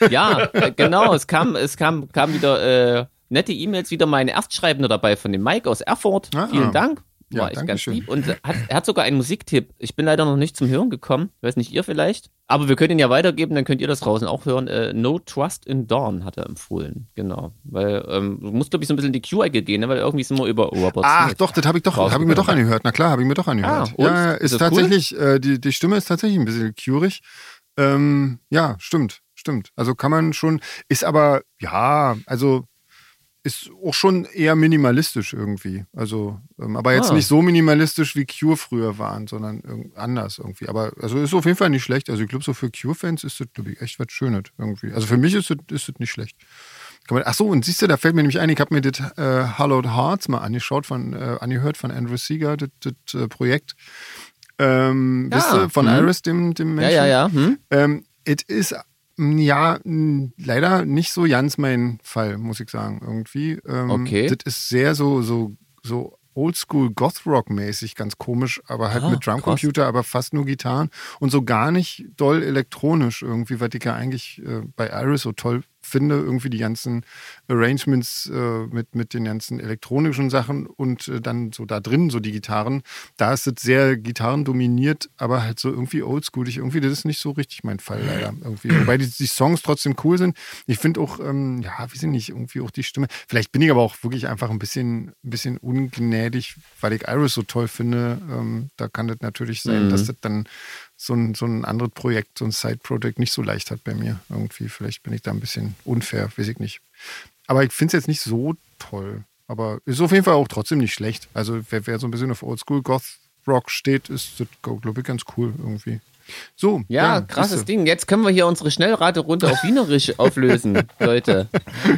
Ja, äh, genau. Es kam, es kam, kam wieder äh, nette E-Mails, wieder mein Erstschreibender dabei von dem Mike aus Erfurt.
Ah.
Vielen Dank.
Ja,
War echt ganz
Dankeschön.
lieb. Und hat, er hat sogar einen Musiktipp. Ich bin leider noch nicht zum Hören gekommen. Weiß nicht, ihr vielleicht. Aber wir können ihn ja weitergeben, dann könnt ihr das draußen auch hören. Äh, no Trust in Dawn hat er empfohlen. Genau. Weil ähm, du musst, glaube ich, so ein bisschen in die Q-Ecke gehen, ne? weil irgendwie sind wir über Robert
Ach,
Smith.
doch, das habe ich doch,
Rausgekommen.
habe ich mir doch angehört. Na klar, habe ich mir doch angehört.
Ah, und?
Ja, ja,
Ist
ist,
das
tatsächlich, äh, die, die Stimme ist tatsächlich ein bisschen curig. Ähm, ja, stimmt, stimmt. Also kann man schon, ist aber, ja, also ist auch schon eher minimalistisch irgendwie. Also, ähm, aber jetzt
Ah.
nicht so minimalistisch wie Cure früher waren, sondern irgend- anders irgendwie. Aber also ist auf jeden Fall nicht schlecht. Also ich glaube, so für Cure-Fans ist das, glaube ich, echt was Schönes irgendwie. Also für mich ist das, ist das nicht schlecht. Kann man, ach so, und siehst du, da fällt mir nämlich ein, ich habe mir das äh, Hallowed Hearts mal angeschaut, von, äh, angehört von Andrew Seeger, das, das äh, Projekt. Ähm,
Ja.
Wisst ihr, von
Mhm.
Iris, dem, dem
Ja,
Menschen.
ja, ja. Hm?
Ähm, es ist mm, ja mm, leider nicht so ganz mein Fall, muss ich sagen, irgendwie. Ähm,
Okay.
Das ist sehr so, so, so Oldschool Gothrock mäßig, ganz komisch, aber halt
Ah,
mit Drumcomputer, aber fast nur Gitarren und so gar nicht doll elektronisch irgendwie, was ich ja eigentlich äh, bei Iris so toll finde, irgendwie die ganzen Arrangements äh, mit, mit den ganzen elektronischen Sachen und äh, dann so da drin, so die Gitarren. Da ist es sehr gitarrendominiert, aber halt so irgendwie oldschoolig. Irgendwie, das ist nicht so richtig mein Fall leider. Irgendwie. Wobei die, die Songs trotzdem cool sind. Ich finde auch, ähm, ja, weiß ich nicht, irgendwie auch die Stimme. Vielleicht bin ich aber auch wirklich einfach ein bisschen, ein bisschen ungnädig, weil ich Iris so toll finde. Ähm, da kann das natürlich sein,
Mhm.
dass das dann so ein, so ein anderes Projekt, so ein Side-Project nicht so leicht hat bei mir. Irgendwie, vielleicht bin ich da ein bisschen unfair, weiß ich nicht. Aber ich finde es jetzt nicht so toll. Aber ist auf jeden Fall auch trotzdem nicht schlecht. Also wer, wer so ein bisschen auf Oldschool Goth Rock steht, ist das, glaube ich, ganz cool irgendwie. So.
Ja, krasses
siehste.
Ding. Jetzt können wir hier unsere Schnellraterunde auf Wienerisch auflösen, Leute.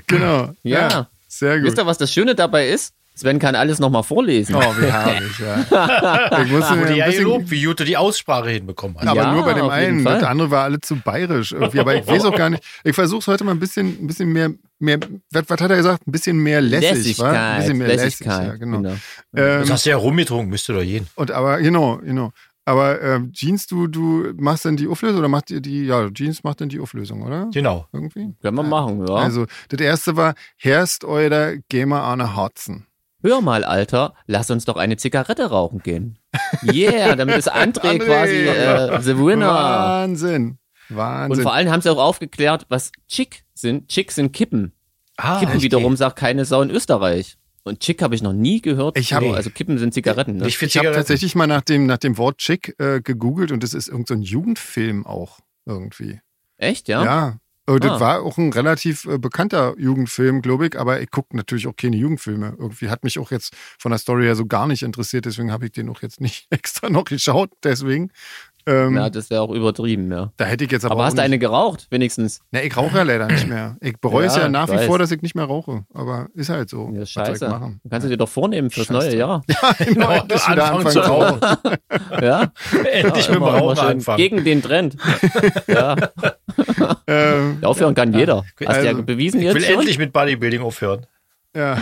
Genau.
Ja.
Sehr gut.
Wisst ihr, was das Schöne dabei ist? Sven kann alles nochmal vorlesen.
Oh, wie herrlich, ja. Ich musste mir
Wurde ja
ein bisschen,
gelobt, wie Jute die Aussprache hinbekommen hat.
aber
Ja,
nur bei dem
auf jeden
einen.
Fall.
Das andere war alle zu bayerisch irgendwie. Aber ich weiß auch gar nicht. Ich versuche es heute mal ein bisschen, ein bisschen mehr, mehr, was, was hat er gesagt? Ein bisschen mehr lässig, wa? Ein bisschen mehr lässig, ja, genau. Ähm,
Das hast du ja rumgetrunken, müsste doch jeden.
Und aber, genau, genau. Aber ähm, Jeans, du, du machst dann die Auflösung oder macht ihr die, ja, Jeans macht dann die Auflösung, oder?
Genau.
Irgendwie?
Können wir machen, ja.
Also, das erste war, Herst eurer Gamer Arne Harzen.
Hör mal, Alter, lass uns doch eine Zigarette rauchen gehen. Yeah, damit ist André,
André.
quasi äh, the winner.
Wahnsinn.
Und
Wahnsinn.
vor allem haben sie auch aufgeklärt, was Chick sind. Chick sind Kippen.
Ah,
Kippen
okay.
wiederum sagt keine Sau in Österreich. Und Chick habe ich noch nie gehört.
Ich hab-
So, also Kippen sind Zigaretten. Ne?
Nicht für
ich habe
Zigaretten.
tatsächlich mal nach dem, nach dem Wort Chick äh, gegoogelt und es ist irgendein so ein Jugendfilm auch irgendwie.
Echt, ja?
Ja. Äh, Das
Ah.
war auch ein relativ äh, bekannter Jugendfilm, glaube ich, aber ich gucke natürlich auch keine Jugendfilme. Irgendwie hat mich auch jetzt von der Story her so gar nicht interessiert, deswegen habe ich den auch jetzt nicht extra noch geschaut. Deswegen. Ähm,
Na, das wäre auch übertrieben, ja.
da hätte ich jetzt aber.
Aber hast
auch
du
nicht-
eine geraucht, wenigstens?
Na, ich rauche ja leider nicht mehr. Ich bereue es
Ja,
ja nach
ich
wie vor,
weiß.
dass ich nicht mehr rauche. Aber ist halt
Ja,
so. Was soll ich
scheiße.
machen?
Dann kannst du dir doch vornehmen fürs
Scheiß
neue Jahr.
Genau,
Genau,
das wieder
anfangen zu
anfangen.
rauchen.
Ja?
Endlich
ja,
mit
immer-
dem
immer
Rauchen
schön
anfangen.
Gegen den Trend. Ja,
Ähm,
aufhören kann jeder. Hast du ja
Also,
bewiesen
ich
jetzt
will
schon.
endlich mit Bodybuilding aufhören.
ja.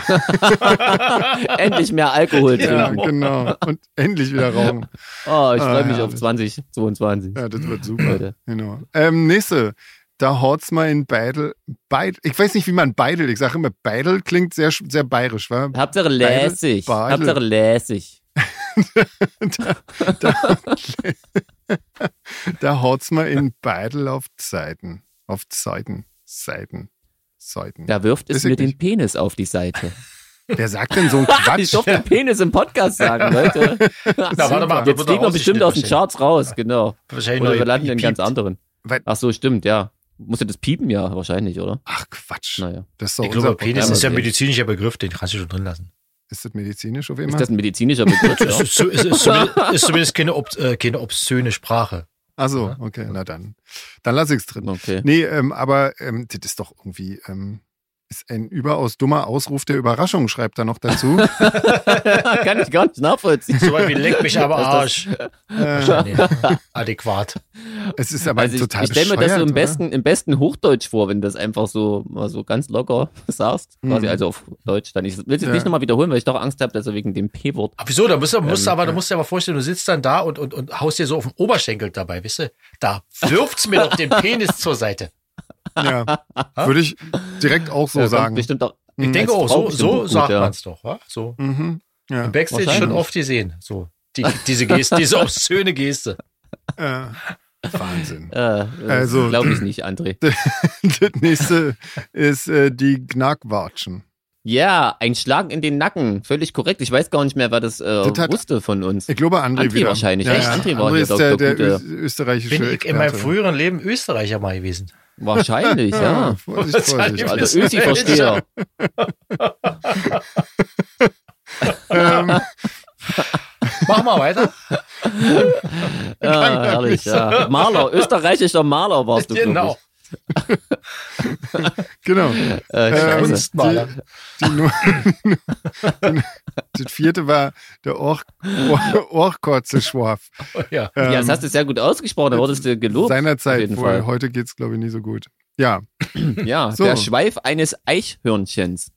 endlich mehr Alkohol
Ja,
trinken.
genau. Und endlich wieder rauchen.
Oh, ich
Ah,
freue mich
ja.
auf 2022.
Ja, das wird super.
Leute.
Genau. Ähm, nächste. Da hort's mal in Beidel. Beid, ich weiß nicht, wie man Beidel, ich sage immer, Beidel klingt sehr, sch- sehr bayerisch, wa?
Hauptsache lässig.
Beidel.
Hauptsache lässig.
Da hort's mal in Beidel auf Zeiten. Auf Zeiten. Seiten. Seiten.
Da wirft es
Ist
mir
eklig.
den Penis auf die Seite.
Wer sagt denn so einen
Ich
Quatsch?
durfte Penis im Podcast sagen, Leute.
Na, warte mal,
Jetzt fliegen wir bestimmt aus den
Chart.
Charts raus, genau.
Wahrscheinlich
Oder
neu
wir landen in ganz
gepiept.
anderen.
Weil-
Ach so, stimmt, ja. Musste das piepen, ja, wahrscheinlich, oder?
Ach Quatsch.
Naja.
Das ist doch
Ich glaube,
unser
Penis
Programm.
Podcast.
ist ja ein medizinischer Begriff, den kannst du schon drin lassen.
Ist das medizinisch auf
Ist
immer?
das ein medizinischer Begriff?
Es
ja?
ist, zu- es ist, zumindest, ist zumindest keine, ob, äh, keine obszöne Sprache.
Ach so, okay, na dann. Dann lass ich's drin.
Okay.
Nee, ähm, aber ähm, das ist doch irgendwie ähm, ist ein überaus dummer Ausruf der Überraschung, schreibt er noch dazu.
Kann ich gar nicht nachvollziehen.
So weit wie leck mich aber
Was
Arsch.
äh,
Nee, adäquat.
es ist aber
Also ich,
total
ich stelle mir das so
bescheuert,
im
oder?
besten, im besten Hochdeutsch vor, wenn du das einfach so mal so ganz locker sagst. Quasi,
Mhm.
also auf Deutsch dann. Ich will es jetzt
Ja.
nicht nochmal wiederholen, weil ich doch Angst habe, dass er wegen dem P-Wort.
Aber wieso? Da musst du, musst du
Ähm,
aber, da musst du dir aber vorstellen, du sitzt dann da und, und, und haust dir so auf den Oberschenkel dabei, weißt du? Da wirft's mir doch den Penis zur Seite.
Ja, würde ich direkt auch so
Ja, äh, kommt
sagen.
Bestimmt auch,
Ich
Mhm.
denke
Als
auch,
Frau
so,
bestimmt
so
gut,
sagt
ja.
man's doch, wa? So.
Mhm. Ja.
Im Backstage
Wahrscheinlich.
schon oft gesehen. So. Die, diese Geste, diese obszöne Geste.
Äh, Wahnsinn.
äh, also,
Also-
glaube ich nicht, André.
das nächste ist äh, die Gnagwatschen.
Ja, ein Schlag in den Nacken. Völlig korrekt. Ich weiß gar nicht mehr, wer das, äh,
Das hat-
wusste von uns.
Ich glaube, André,
André
wieder.
wahrscheinlich,
Ja,
echt?
ja.
André
André,
war der
ist der, der,
Doktor-
Ö- österreichische
Bin ich in meinem
Experte.
früheren Leben Österreicher mal gewesen.
Wahrscheinlich, ja.
Vorsicht, Vorsicht.
Ja,
Also Ösi-Versteher.
ähm,
Mach mal weiter.
Ja, Ah, herrlich, ja. Maler, österreichischer Maler warst du,
genau.
genau.
genau.
ich. Äh,
Ähm,
scheiße.
Kunstmaler.
Die, die, Nu- das vierte war der Orch, Orch, Orchkotzeschwaf.
Ja.
ja, das hast du sehr gut ausgesprochen, da wurdest du gelobt. auf
Ähm, Seinerzeit
jeden
wohl.
Fall.
Heute geht's glaube ich, nicht so gut. Ja,
Ja,
So.
der Schweif eines Eichhörnchens.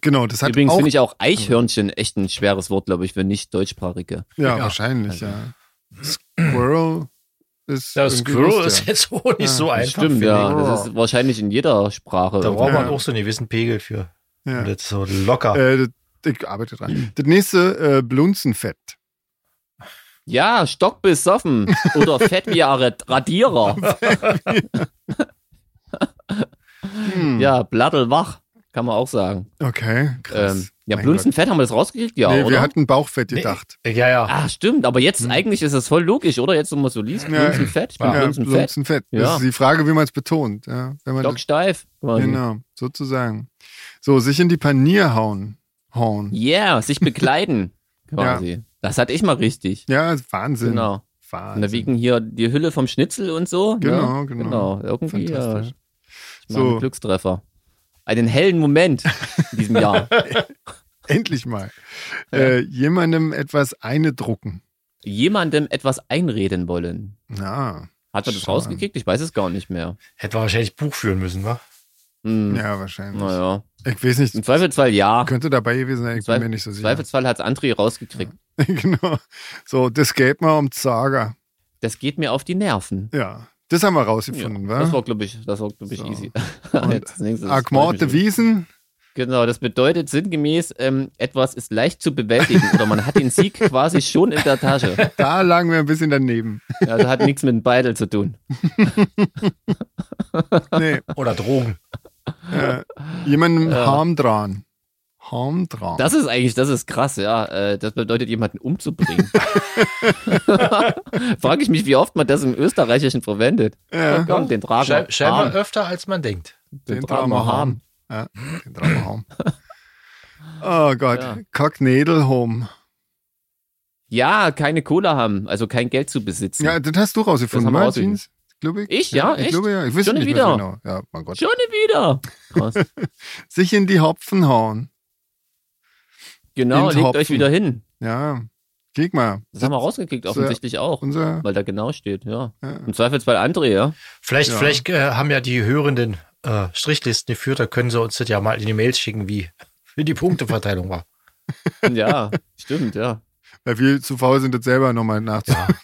genau. Das hat
Übrigens
auch...
finde ich auch Eichhörnchen echt ein schweres Wort, glaube ich, für nicht deutschsprachige.
ja,
Ja.
Also.
wahrscheinlich, ja. Squirrel ist...
Ja,
irgendwie
Squirrel
lustiger.
ist jetzt auch nicht
Ja.
so einfach.
Stimmt,
finde
ja.
ich.
Das ist wahrscheinlich in jeder Sprache.
Da braucht
irgendwie.
man
Ja.
auch so einen gewissen Pegel für.
Ja.
Und jetzt so locker.
Äh, das, ich arbeite
Hm.
dran. Das nächste, äh, Blunzenfett.
Ja, Stock besoffen. Oder fett wie ein Radierer.
Hm.
ja, Blattel wach, kann man auch sagen.
Okay, krass.
Ähm, ja,
Mein
Blunzenfett haben wir das rausgekriegt, ja,
Gott. Nee,
oder?
wir hatten Bauchfett gedacht.
Äh, Ja, ja.
Ah, stimmt, aber jetzt eigentlich ist das voll logisch, oder? Jetzt, wo man so liest,
Ja.
Blunzenfett, ich bin
ja,
Blunzenfett,
Blunzenfett. Das
Ja.
ist die Frage, wie man es betont. Ja, wenn man das-
stocksteif. quasi.
Genau, sozusagen. So, sich in die Panier hauen. Hauen.
Yeah, sich bekleiden, quasi. Das hatte ich mal richtig.
Ja, Wahnsinn.
Genau. Und da
Wahnsinn.
wegen hier die Hülle vom Schnitzel und so.
Genau,
ne?
genau.
Genau, irgendwie ja,
Fantastisch.
ich war ein
So.
Glückstreffer. Einen hellen Moment in diesem Jahr.
Endlich mal. Äh, jemandem etwas eindrucken.
Jemandem etwas einreden wollen.
Ja,
Hat er das
Schau an.
rausgekickt? Ich weiß es gar nicht mehr.
Hätten wir wahrscheinlich Buch führen müssen, wa?
Hm.
ja wahrscheinlich.
Naja.
Ich weiß nicht,
Im Zweifelsfall ja.
könnte dabei gewesen sein, ich
Zweif-
bin mir nicht so
Im
sicher.
Zweifelsfall hat es André rausgekriegt.
genau. So, das geht mal um Zager.
Das geht mir auf die Nerven.
Ja, das haben wir rausgefunden,
Das
wa?
war, glaube ich, das war, glaub ich
So.
easy.
Und
Jetzt das nächste, das freut
Agmorte
mich.
Wiesen,
Genau, das bedeutet sinngemäß, ähm, etwas ist leicht zu bewältigen oder man hat den Sieg quasi schon in der Tasche.
Da lagen wir ein bisschen daneben.
Also hat nichts mit dem Beitel zu tun.
Nee,
Oder Drogen.
äh, jemandem Harm dran. Harm dran.
Das ist eigentlich, das ist krass, ja. Äh, das bedeutet, jemanden umzubringen. Frage ich mich, wie oft man das im Österreichischen verwendet.
Ja.
Komm, den Drachen.
Schei- Scheinbar
Harm.
öfter, als man denkt.
Den Drama Harm.
Ja, den Drama Harm. Oh Gott,
Ja.
Cocknadel Home.
Ja, keine Cola haben, also kein Geld zu besitzen.
Ja, das hast du rausgefunden,
Das haben wir
oder?
rausgefunden.
Jeans, glaube ich.
Ich? Ja,
ich
echt?
glaube ja. Ich wüsste
Schon
nicht
wieder?
mehr so genau. Ja, mein Gott.
Schon wieder. Krass.
Sich in die Hopfen hauen.
Genau,
Ins
legt
Hopfen.
euch wieder hin.
Ja, klick mal.
Das haben wir rausgekriegt, offensichtlich auch.
Unser.
Weil da genau steht, ja.
Ja.
Im Zweifelsfall André, ja.
Vielleicht,
Ja.
vielleicht äh, haben ja die Hörenden äh, Strichlisten geführt, da können sie uns das ja mal in die Mails schicken, wie, wie die Punkteverteilung war.
Ja, stimmt, ja.
Weil wir zu faul sind, das selber nochmal nachzumachen.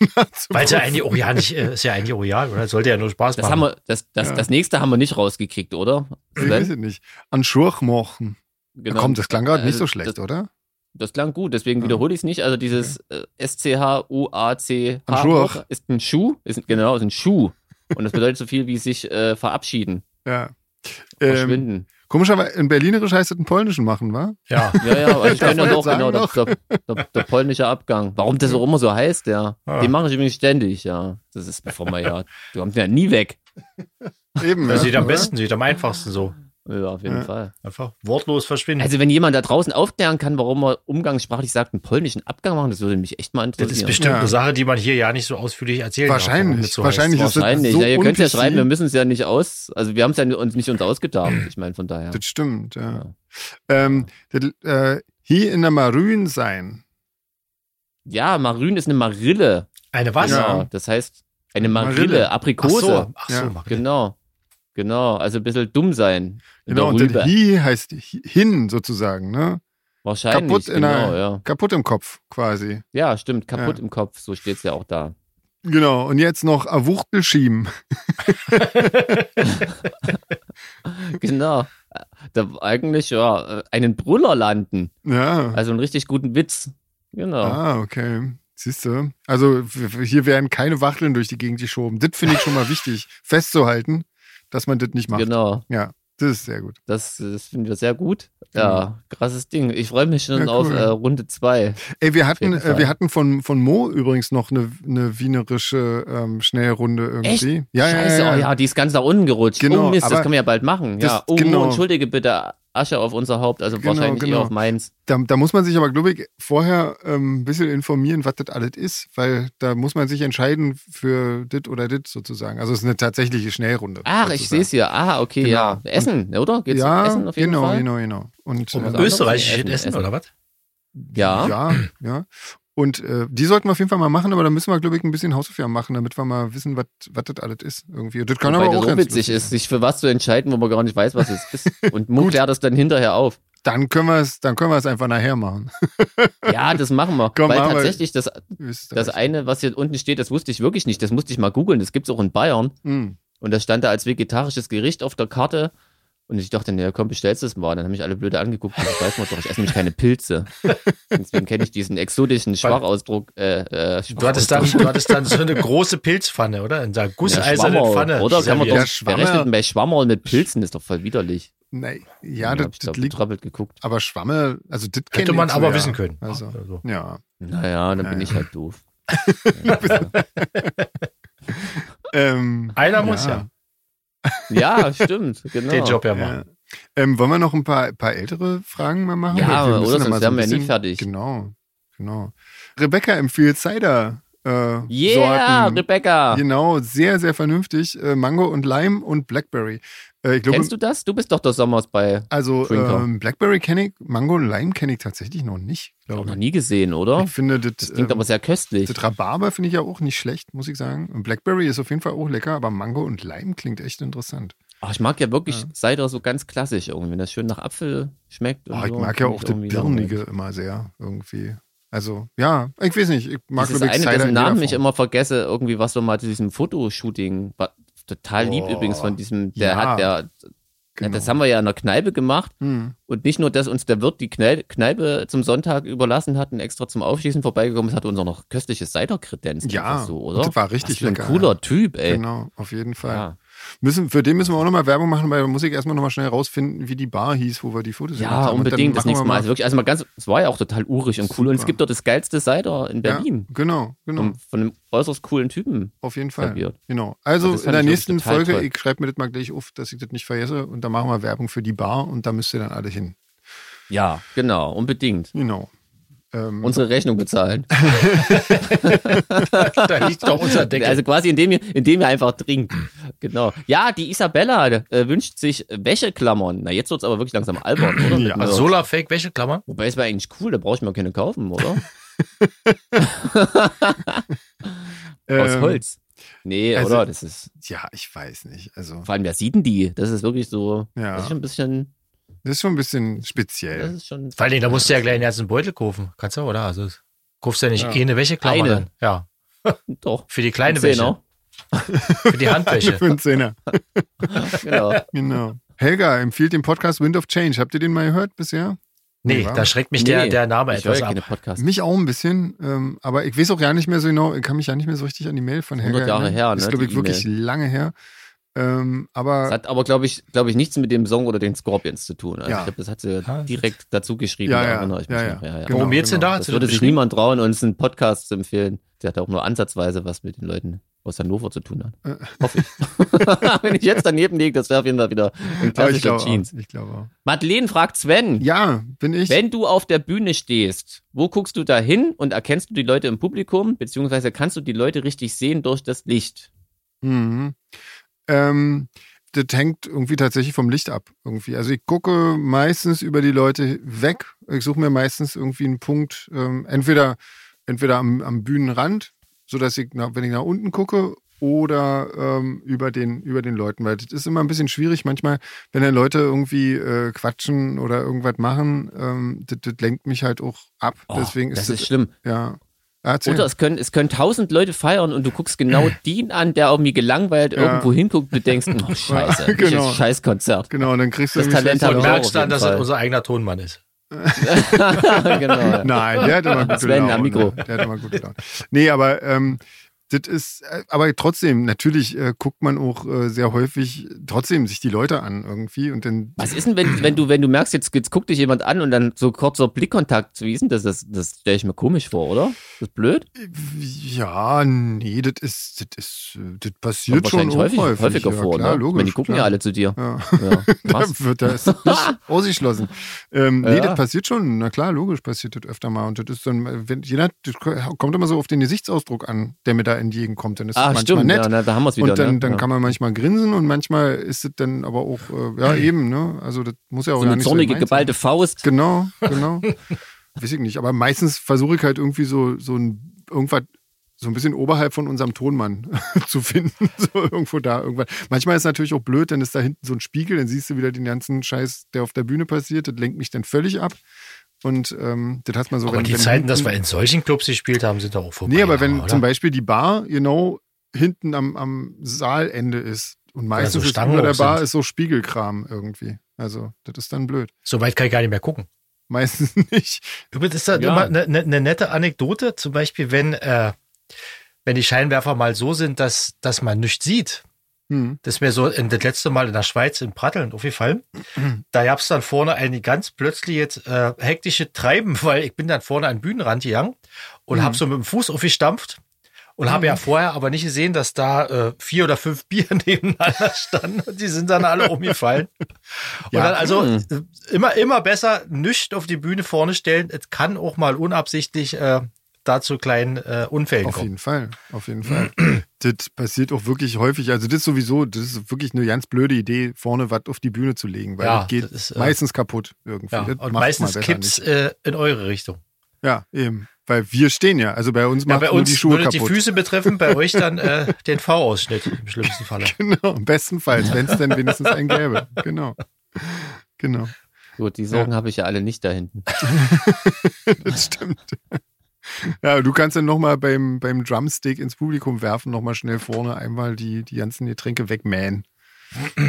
Weil es ja eigentlich auch ja nicht, äh, ist ja eigentlich auch ja, oder? Sollte ja nur Spaß
Das, haben
machen.
wir, das, das,
Ja.
das nächste haben wir nicht rausgekriegt, oder?
Ich weiß es nicht. An Schurch machen.
Genau.
Komm, das klang gerade nicht
Also,
so
das-
schlecht, oder?
Das klang gut, deswegen
Ja.
wiederhole ich es nicht. Also dieses äh,
Ein Schuh.
S-C-H-U-A-C-H ist ein Schuh, ist, genau, ist ein Schuh. Und das bedeutet so viel wie sich äh, verabschieden,
Ja. Ähm,
verschwinden.
komischerweise, in Berlinerisch heißt das einen polnischen machen, wa?
Ja,
Ja, ja, also ich
Darf
kenne
man
das
jetzt
auch genau, der,
sagen
der, der, der polnische Abgang. Warum das auch immer so heißt, ja.
Ah.
Den mache ich übrigens ständig, ja. Das ist bevor man ja, du kommst ja nie weg.
Eben.
das
ja,
sieht am
oder?
besten, sieht am einfachsten so.
Ja, auf jeden
Ja.
Fall.
Einfach wortlos verschwinden.
Also wenn jemand da draußen aufklären kann, warum man umgangssprachlich sagt, einen polnischen Abgang machen, das würde mich echt mal
das ist
interessieren.
bestimmt
Ja.
eine Sache, die man hier ja nicht so ausführlich erzählen darf, warum
Wahrscheinlich.
das so
wahrscheinlich ist
Wahrscheinlich.
das so
ja, ihr könnt ja schreiben, wir
unpräzise.
müssen es ja nicht aus, also wir haben es ja uns nicht uns ausgedacht. Ich meine, von daher.
Das stimmt, ja.
Ja.
Ähm, das, äh, hier in der Marün sein.
Ja, Marün ist eine Marille.
heißt. Eine was?
Ja.
Genau. Das heißt, eine Marille,
Marille.
Ach
Aprikose.
so, ach so,
Ja.
Margarete.
Genau. Genau. Also ein bisschen dumm sein. In
Genau, und
der
das
Rübe.
Hi heißt hi- hin sozusagen, ne?
Wahrscheinlich.
kaputt in
genau,
der-
ja.
Kaputt im Kopf quasi.
Ja, stimmt. Kaputt
Ja.
im Kopf. So steht es ja auch da.
Genau, und jetzt noch Awuchtel schieben.
Genau. Da eigentlich, ja, äh, einen Brüller landen.
Ja.
Also einen richtig guten Witz. Genau.
Ah, okay. Siehst du? Also w- w- hier werden keine Wachteln durch die Gegend geschoben. Das finde ich schon mal wichtig, festzuhalten, dass man das nicht macht.
Genau.
Ja, das ist sehr gut.
Das, das finden wir sehr gut. Ja, krasses Ding. Ich freue mich schon
Genau. Ja,
auf
cool.
äh, Runde 2.
Ey, wir hatten,
jeden Fall.
äh, wir hatten von, von Mo übrigens noch eine, eine wienerische ähm, Schnellrunde irgendwie. Ja,
Scheiße,
ja,
oh
ja, ja.
ja, die ist ganz nach unten gerutscht.
Genau,
oh Mist,
aber
das können wir ja bald machen.
das-
ja. Oh,
genau.
genau. entschuldige bitte, Asche auf unser Haupt, also
Genau,
wahrscheinlich
genau.
eher auf meins.
Da, da muss man sich aber, glaube ich, vorher ähm, ein bisschen informieren, was das alles ist, weil da muss man sich entscheiden für dit oder dit sozusagen. Also es ist eine tatsächliche Schnellrunde.
Ach, ich sehe es hier. Ah, okay, ja.
Genau.
Essen, oder? Geht's
ja,
um Essen auf jeden
genau,
Fall?
genau, genau. Und
Und was
äh,
anderes?
Österreichisches
Essen,
Essen,
Essen.
oder was?
Ja.
Ja, ja. Und äh, die sollten wir auf jeden Fall mal machen, aber da müssen wir, glaube ich, ein bisschen Hausaufgaben machen, damit wir mal wissen, was was das alles ist. Irgendwie. Das kann
Wobei
aber
das
auch
so
ganz
witzig
lustig
ist,
sein.
sich für was zu entscheiden, wo man gar nicht weiß, was es ist. Und Muck klärt das dann hinterher auf.
Dann können wir es, dann können wir es einfach nachher machen.
Ja, das machen wir.
Komm,
Weil
machen wir.
tatsächlich das,
Ist
das
recht.
eine, was hier unten steht, das wusste ich wirklich nicht. Das musste ich mal googeln. Das gibt's auch in Bayern.
Mm.
Und das stand da als vegetarisches Gericht auf der Karte. Und ich dachte, naja, komm, bestellst du es mal. Dann haben mich alle blöde angeguckt. Und ich weiß mal doch, ich esse nämlich keine Pilze. Deswegen kenne ich diesen exotischen Schwachausdruck. Äh, äh,
Du hattest, dann, du hattest dann so eine große Pilzpfanne, oder? In der gusseisernen
Schwammerl,
Pfanne.
Oder kann man
Ja,
doch,
Schwammerl.
wer rechnet denn bei Schwammerl mit Pilzen? Ist doch voll widerlich.
Nee, ja,
Dann
das,
hab ich da
das liegt.
betrappelt geguckt.
Aber Schwamme, also das
Hätte
kenn
man
ich
aber
so, ja.
wissen können.
Also.
Also.
Ja.
Naja, dann bin
Naja.
ich halt doof.
Ähm,
Einer muss ja
Ja, stimmt, genau.
den Job ja machen.
ja. Ähm, wollen wir noch ein paar, paar ältere Fragen mal machen?
Ja,
Weil wir
oder
müssen
sonst
mal
wären
ein
wir ja nie
bisschen-
fertig.
Genau, genau. Rebecca empfiehlt Cider. Äh,
Yeah,
Sorten.
Rebecca.
Genau, sehr, sehr vernünftig. Äh, Mango und Lime und Blackberry. Äh, ich glaube,
Kennst du das? Du bist doch der Sommers bei.
also
Trinker?
ähm, Blackberry kenne ich, Mango und Lime kenne ich tatsächlich noch nicht,
Auch
glaube
noch
ich.
nie gesehen, oder?
Ich finde, das,
Das klingt
ähm,
aber sehr köstlich.
das Rhabarber finde ich ja auch nicht schlecht, muss ich sagen. Und Blackberry ist auf jeden Fall auch lecker, aber Mango und Lime klingt echt interessant.
Ach, ich mag ja wirklich
Ja.
Cider so ganz klassisch irgendwie, wenn das schön nach Apfel schmeckt. Und
Oh, ich
so,
mag ja
find
auch das
irgendwie so
Birnige immer sehr irgendwie. Also, ja, ich weiß nicht, ich mag
Dieses
glaub ich,
eine,
Cider in
dessen
jeder
Namen ich
Form.
immer vergesse, irgendwie was so mal zu diesem Fotoshooting, war total lieb
Oh,
übrigens von diesem, der
ja. Genau. Hm.
hat, der Ja, das haben wir ja in der Kneipe gemacht. Und nicht nur, dass uns der Wirt die Knei- Kneipe zum Sonntag überlassen hat und extra zum Aufschießen vorbeigekommen ist, hat uns auch noch köstliches Cider kredenzt.
Ja,
einfach so, oder?
das war richtig
Was für ein
lecker,
cooler
ja.
Typ, ey.
Genau, auf jeden Fall.
Ja.
Müssen, für den müssen wir auch nochmal Werbung machen, weil da muss ich erstmal nochmal schnell rausfinden, wie die Bar hieß, wo wir die Fotos gemacht
Ja,
haben. Und dann
unbedingt das
machen wir
nächste Mal. Also wirklich, also mal ganz, es war ja auch total urig und cool. Und es
Super.
gibt dort das geilste Cider in Berlin. Um
Ja, genau, genau.
Von, von einem äußerst coolen Typen.
Auf jeden Fall.
serviert.
Genau. Also
Das fand
in der
ich wirklich
nächsten
total
Folge,
toll.
ich schreibe mir das mal gleich auf, dass ich das nicht vergesse und dann machen wir Werbung für die Bar und da müsst ihr dann alle hin.
Ja, genau, unbedingt.
Genau. Ähm,
Unsere Rechnung bezahlen.
Da liegt doch unser Deckel.
Also quasi, indem ihr, indem ihr einfach trinkt. Genau. Ja, die Isabella äh, wünscht sich Wäscheklammern. Na, jetzt wird's aber wirklich langsam albern, oder? Mit
Ja,
mir.
also
Solarfake, welche Klammern?
Wobei, es war eigentlich cool, da brauche ich mir keine kaufen, oder? Aus
ähm,
Holz. Nee,
also-
oder? Das ist,
Ja, ich weiß nicht. Also
vor allem, wer sieht denn die? Das ist wirklich so,
Ja.
das ist schon ein bisschen,
das ist schon ein bisschen
das
speziell.
ist schon,
Vor allen Dingen, da musst du ja gleich einen ganzen Beutel kaufen. Kannst du, oder? Also, kaufst du ja nicht
Ja.
eh eine Wäscheklammer
Eine.
dann. Ja,
doch.
für die kleine Wäsche.
Zehner.
Für die Handwäsche.
Für einen Zehner.
Genau.
Genau. Helga empfiehlt den Podcast Wind of Change. Habt ihr den mal gehört bisher?
Nee,
Nee, wa?
da schreckt mich der,
Nee,
der Name
ich höre
etwas
ja
ab.
keine Podcasts.
Mich auch ein bisschen, ähm, aber ich weiß auch gar nicht mehr so genau, ich kann mich ja nicht mehr so richtig an die Mail von Helga
100 Jahre
erinnern.
her,
Ist,
ne,
glaube
die
ich, wirklich lange her. Ähm, aber
Das hat aber, glaube ich, glaube ich, nichts mit dem Song oder den Scorpions zu tun. Also
Ja.
ich glaube, das hat sie
Ah.
direkt dazu geschrieben.
Ja,
da
ja,
erinnere ich mich
ja, ja.
noch. Ja, ja.
Genau,
Worum geht's denn
genau.
da?
Das
Hast du
würde sich
beschrieben?
niemand trauen, uns einen Podcast zu empfehlen, der hat auch nur ansatzweise was mit den Leuten aus Hannover zu tun hat. Hoffe ich. Wenn ich jetzt daneben liege, das wäre auf jeden Fall wieder ein
aber ich
klassischer
glaube
Jeans.
auch, ich glaube auch.
Madeleine fragt Sven,
Ja, bin ich.
wenn du auf der Bühne stehst, wo guckst du da hin und erkennst du die Leute im Publikum, beziehungsweise kannst du die Leute richtig sehen durch das Licht?
Mhm. Ähm, das hängt irgendwie tatsächlich vom Licht ab. Irgendwie. Also ich gucke meistens über die Leute weg. Ich suche mir meistens irgendwie einen Punkt, ähm, entweder, entweder am, am Bühnenrand, sodass ich, nach, wenn ich nach unten gucke, oder ähm, über, den, über den Leuten, weil das ist immer ein bisschen schwierig. Manchmal, wenn dann Leute irgendwie äh, quatschen oder irgendwas machen, ähm, das, das lenkt mich halt auch ab.
Oh,
Deswegen ist
das
das,
ist schlimm.
ja. Äh. Erzähl.
Oder es können, es können tausend Leute feiern und du guckst genau den an, der irgendwie gelangweilt irgendwo hinguckt und du denkst, oh scheiße,
Ja, genau.
dieses scheiß Konzert.
genau, dann kriegst du
Das
irgendwie
Talent
schlechte
habe
Und
ich auch
Laune.
auf
merkst dann,
jeden
dass das
Fall.
unser eigener Tonmann ist.
genau.
Nein, der hat immer gute
Sven am
Laune.
Mikro.
Der hat immer gute Laune. Nee, aber ähm, das ist, äh, aber trotzdem, natürlich äh, guckt man auch äh, sehr häufig trotzdem sich die Leute an irgendwie und dann.
Was ist denn, wenn, wenn du, wenn du merkst, jetzt, jetzt guckt dich jemand an und dann so kurzer Blickkontakt, wie ist denn das? Das, das stelle ich mir komisch vor, oder? Ist das blöd?
äh, Ja, nee, das ist, das ist, äh, das passiert
Kommt
schon
wahrscheinlich
auch
häufig,
häufig.
häufiger
ja,
vor,
klar,
ne?
logisch.
Wenn die gucken
klar.
ja alle zu dir.
Ja.
Ja, krass.
Da wird das nicht ausgeschlossen. Ähm, nee,
Ja.
das passiert schon. Na klar, logisch passiert das öfter mal. Und das ist dann, wenn jeder, das kommt immer so auf den Gesichtsausdruck an, der mir da entgegenkommt. Dann ist
Ah,
das manchmal
stimmt,
nett.
ja, na, da haben wir es wieder.
Und dann,
ne?
dann
ja.
kann man manchmal grinsen und manchmal ist es dann aber auch, äh, ja eben, ne? Also das muss ja auch
so
gar
eine
nicht
zornige,
so gemeint sein.
geballte Faust.
Genau, genau. Weiß ich nicht. Aber meistens versuche ich halt irgendwie so, so ein, irgendwas, so ein bisschen oberhalb von unserem Tonmann zu finden. So irgendwo da, irgendwann. Manchmal ist es natürlich auch blöd, dann ist da hinten so ein Spiegel, dann siehst du wieder den ganzen Scheiß, der auf der Bühne passiert. Das lenkt mich dann völlig ab. Und ähm, das hat man so
Aber
wenn-
die
wenn
Zeiten, dass
hinten-
wir in solchen Clubs gespielt haben, sind doch auch vorbei.
Nee, aber wenn
oder?
zum Beispiel die Bar genau hinten am, am Saalende ist und
so
meistens ist
Stangen
über der
auch
Bar
sind.
ist so Spiegelkram irgendwie. Also, das ist dann blöd.
So weit kann ich gar nicht mehr gucken.
Meistens nicht.
Übrigens ist das
Ja.
immer eine, eine, eine nette Anekdote, zum Beispiel, wenn, äh, wenn die Scheinwerfer mal so sind, dass, dass man nichts sieht.
Hm.
Das ist mir so in, das letzte Mal in der Schweiz in Pratteln aufgefallen. Da gab es dann vorne eine ganz plötzlich jetzt äh, hektische Treiben, weil ich bin dann vorne an den Bühnenrand gegangen und
Mhm.
habe so mit dem Fuß aufgestampft und habe ja vorher aber nicht gesehen, dass da äh, vier oder fünf Bier nebeneinander standen und die sind dann alle umgefallen.
Ja. Mhm.
Und dann also äh, immer, immer besser nücht auf die Bühne vorne stellen. Es kann auch mal unabsichtlich äh, da zu kleinen äh, Unfällen
Auf
kommen.
jeden Fall. Auf jeden Fall. das passiert auch wirklich häufig. Also, das ist sowieso, das ist wirklich eine ganz blöde Idee, vorne was auf die Bühne zu legen, weil
Ja,
das geht
das ist, äh,
meistens kaputt irgendwie.
Ja.
Das
Und
macht man
meistens
besser
kippt's
nicht.
äh, in eure Richtung.
Ja, eben. Weil wir stehen ja. Also bei uns
Ja,
macht
bei
nur die
uns
Schuhe
würde
kaputt.
die Füße betreffen, bei euch dann äh, den V-Ausschnitt im schlimmsten Falle.
Genau, bestenfalls, wenn es denn wenigstens einen gäbe. Genau. Genau.
Gut, die Sorgen habe ich ja alle nicht da hinten.
Das stimmt. Ja, du kannst dann nochmal beim, beim Drumstick ins Publikum werfen, nochmal schnell vorne einmal die, die ganzen Getränke wegmähen.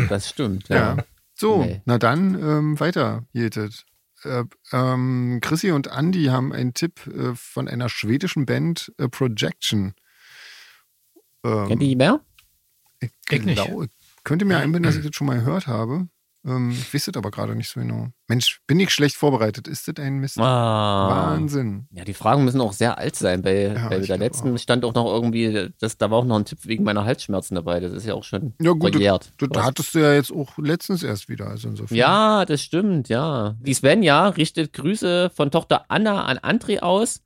Das stimmt,
Ja.
ja.
So,
Nee.
na dann ähm, weiter, Jetet. Äh, ähm, Chrissy und Andy haben einen Tipp äh, von einer schwedischen Band äh, Projection. Ähm,
Kennt ihr die mehr?
ich
Ich nicht.
glaube, ich könnte mir einbinden, dass ich das schon mal gehört habe. Ähm, ich wüsste es aber gerade nicht so genau. Mensch, bin ich schlecht vorbereitet. Ist das ein Mist?
Ah.
Wahnsinn.
Ja, die Fragen müssen auch sehr alt sein. Bei,
Ja,
bei
ich
der
glaub
letzten stand auch noch irgendwie, das, da war auch noch ein Tipp wegen meiner Halsschmerzen dabei. Das ist ja auch schon
Ja, gut,
verjährt.
Du, du hattest du ja jetzt auch letztens erst wieder. Also insofern.
ja, das stimmt, ja. Die Svenja richtet Grüße von Tochter Anna an André aus.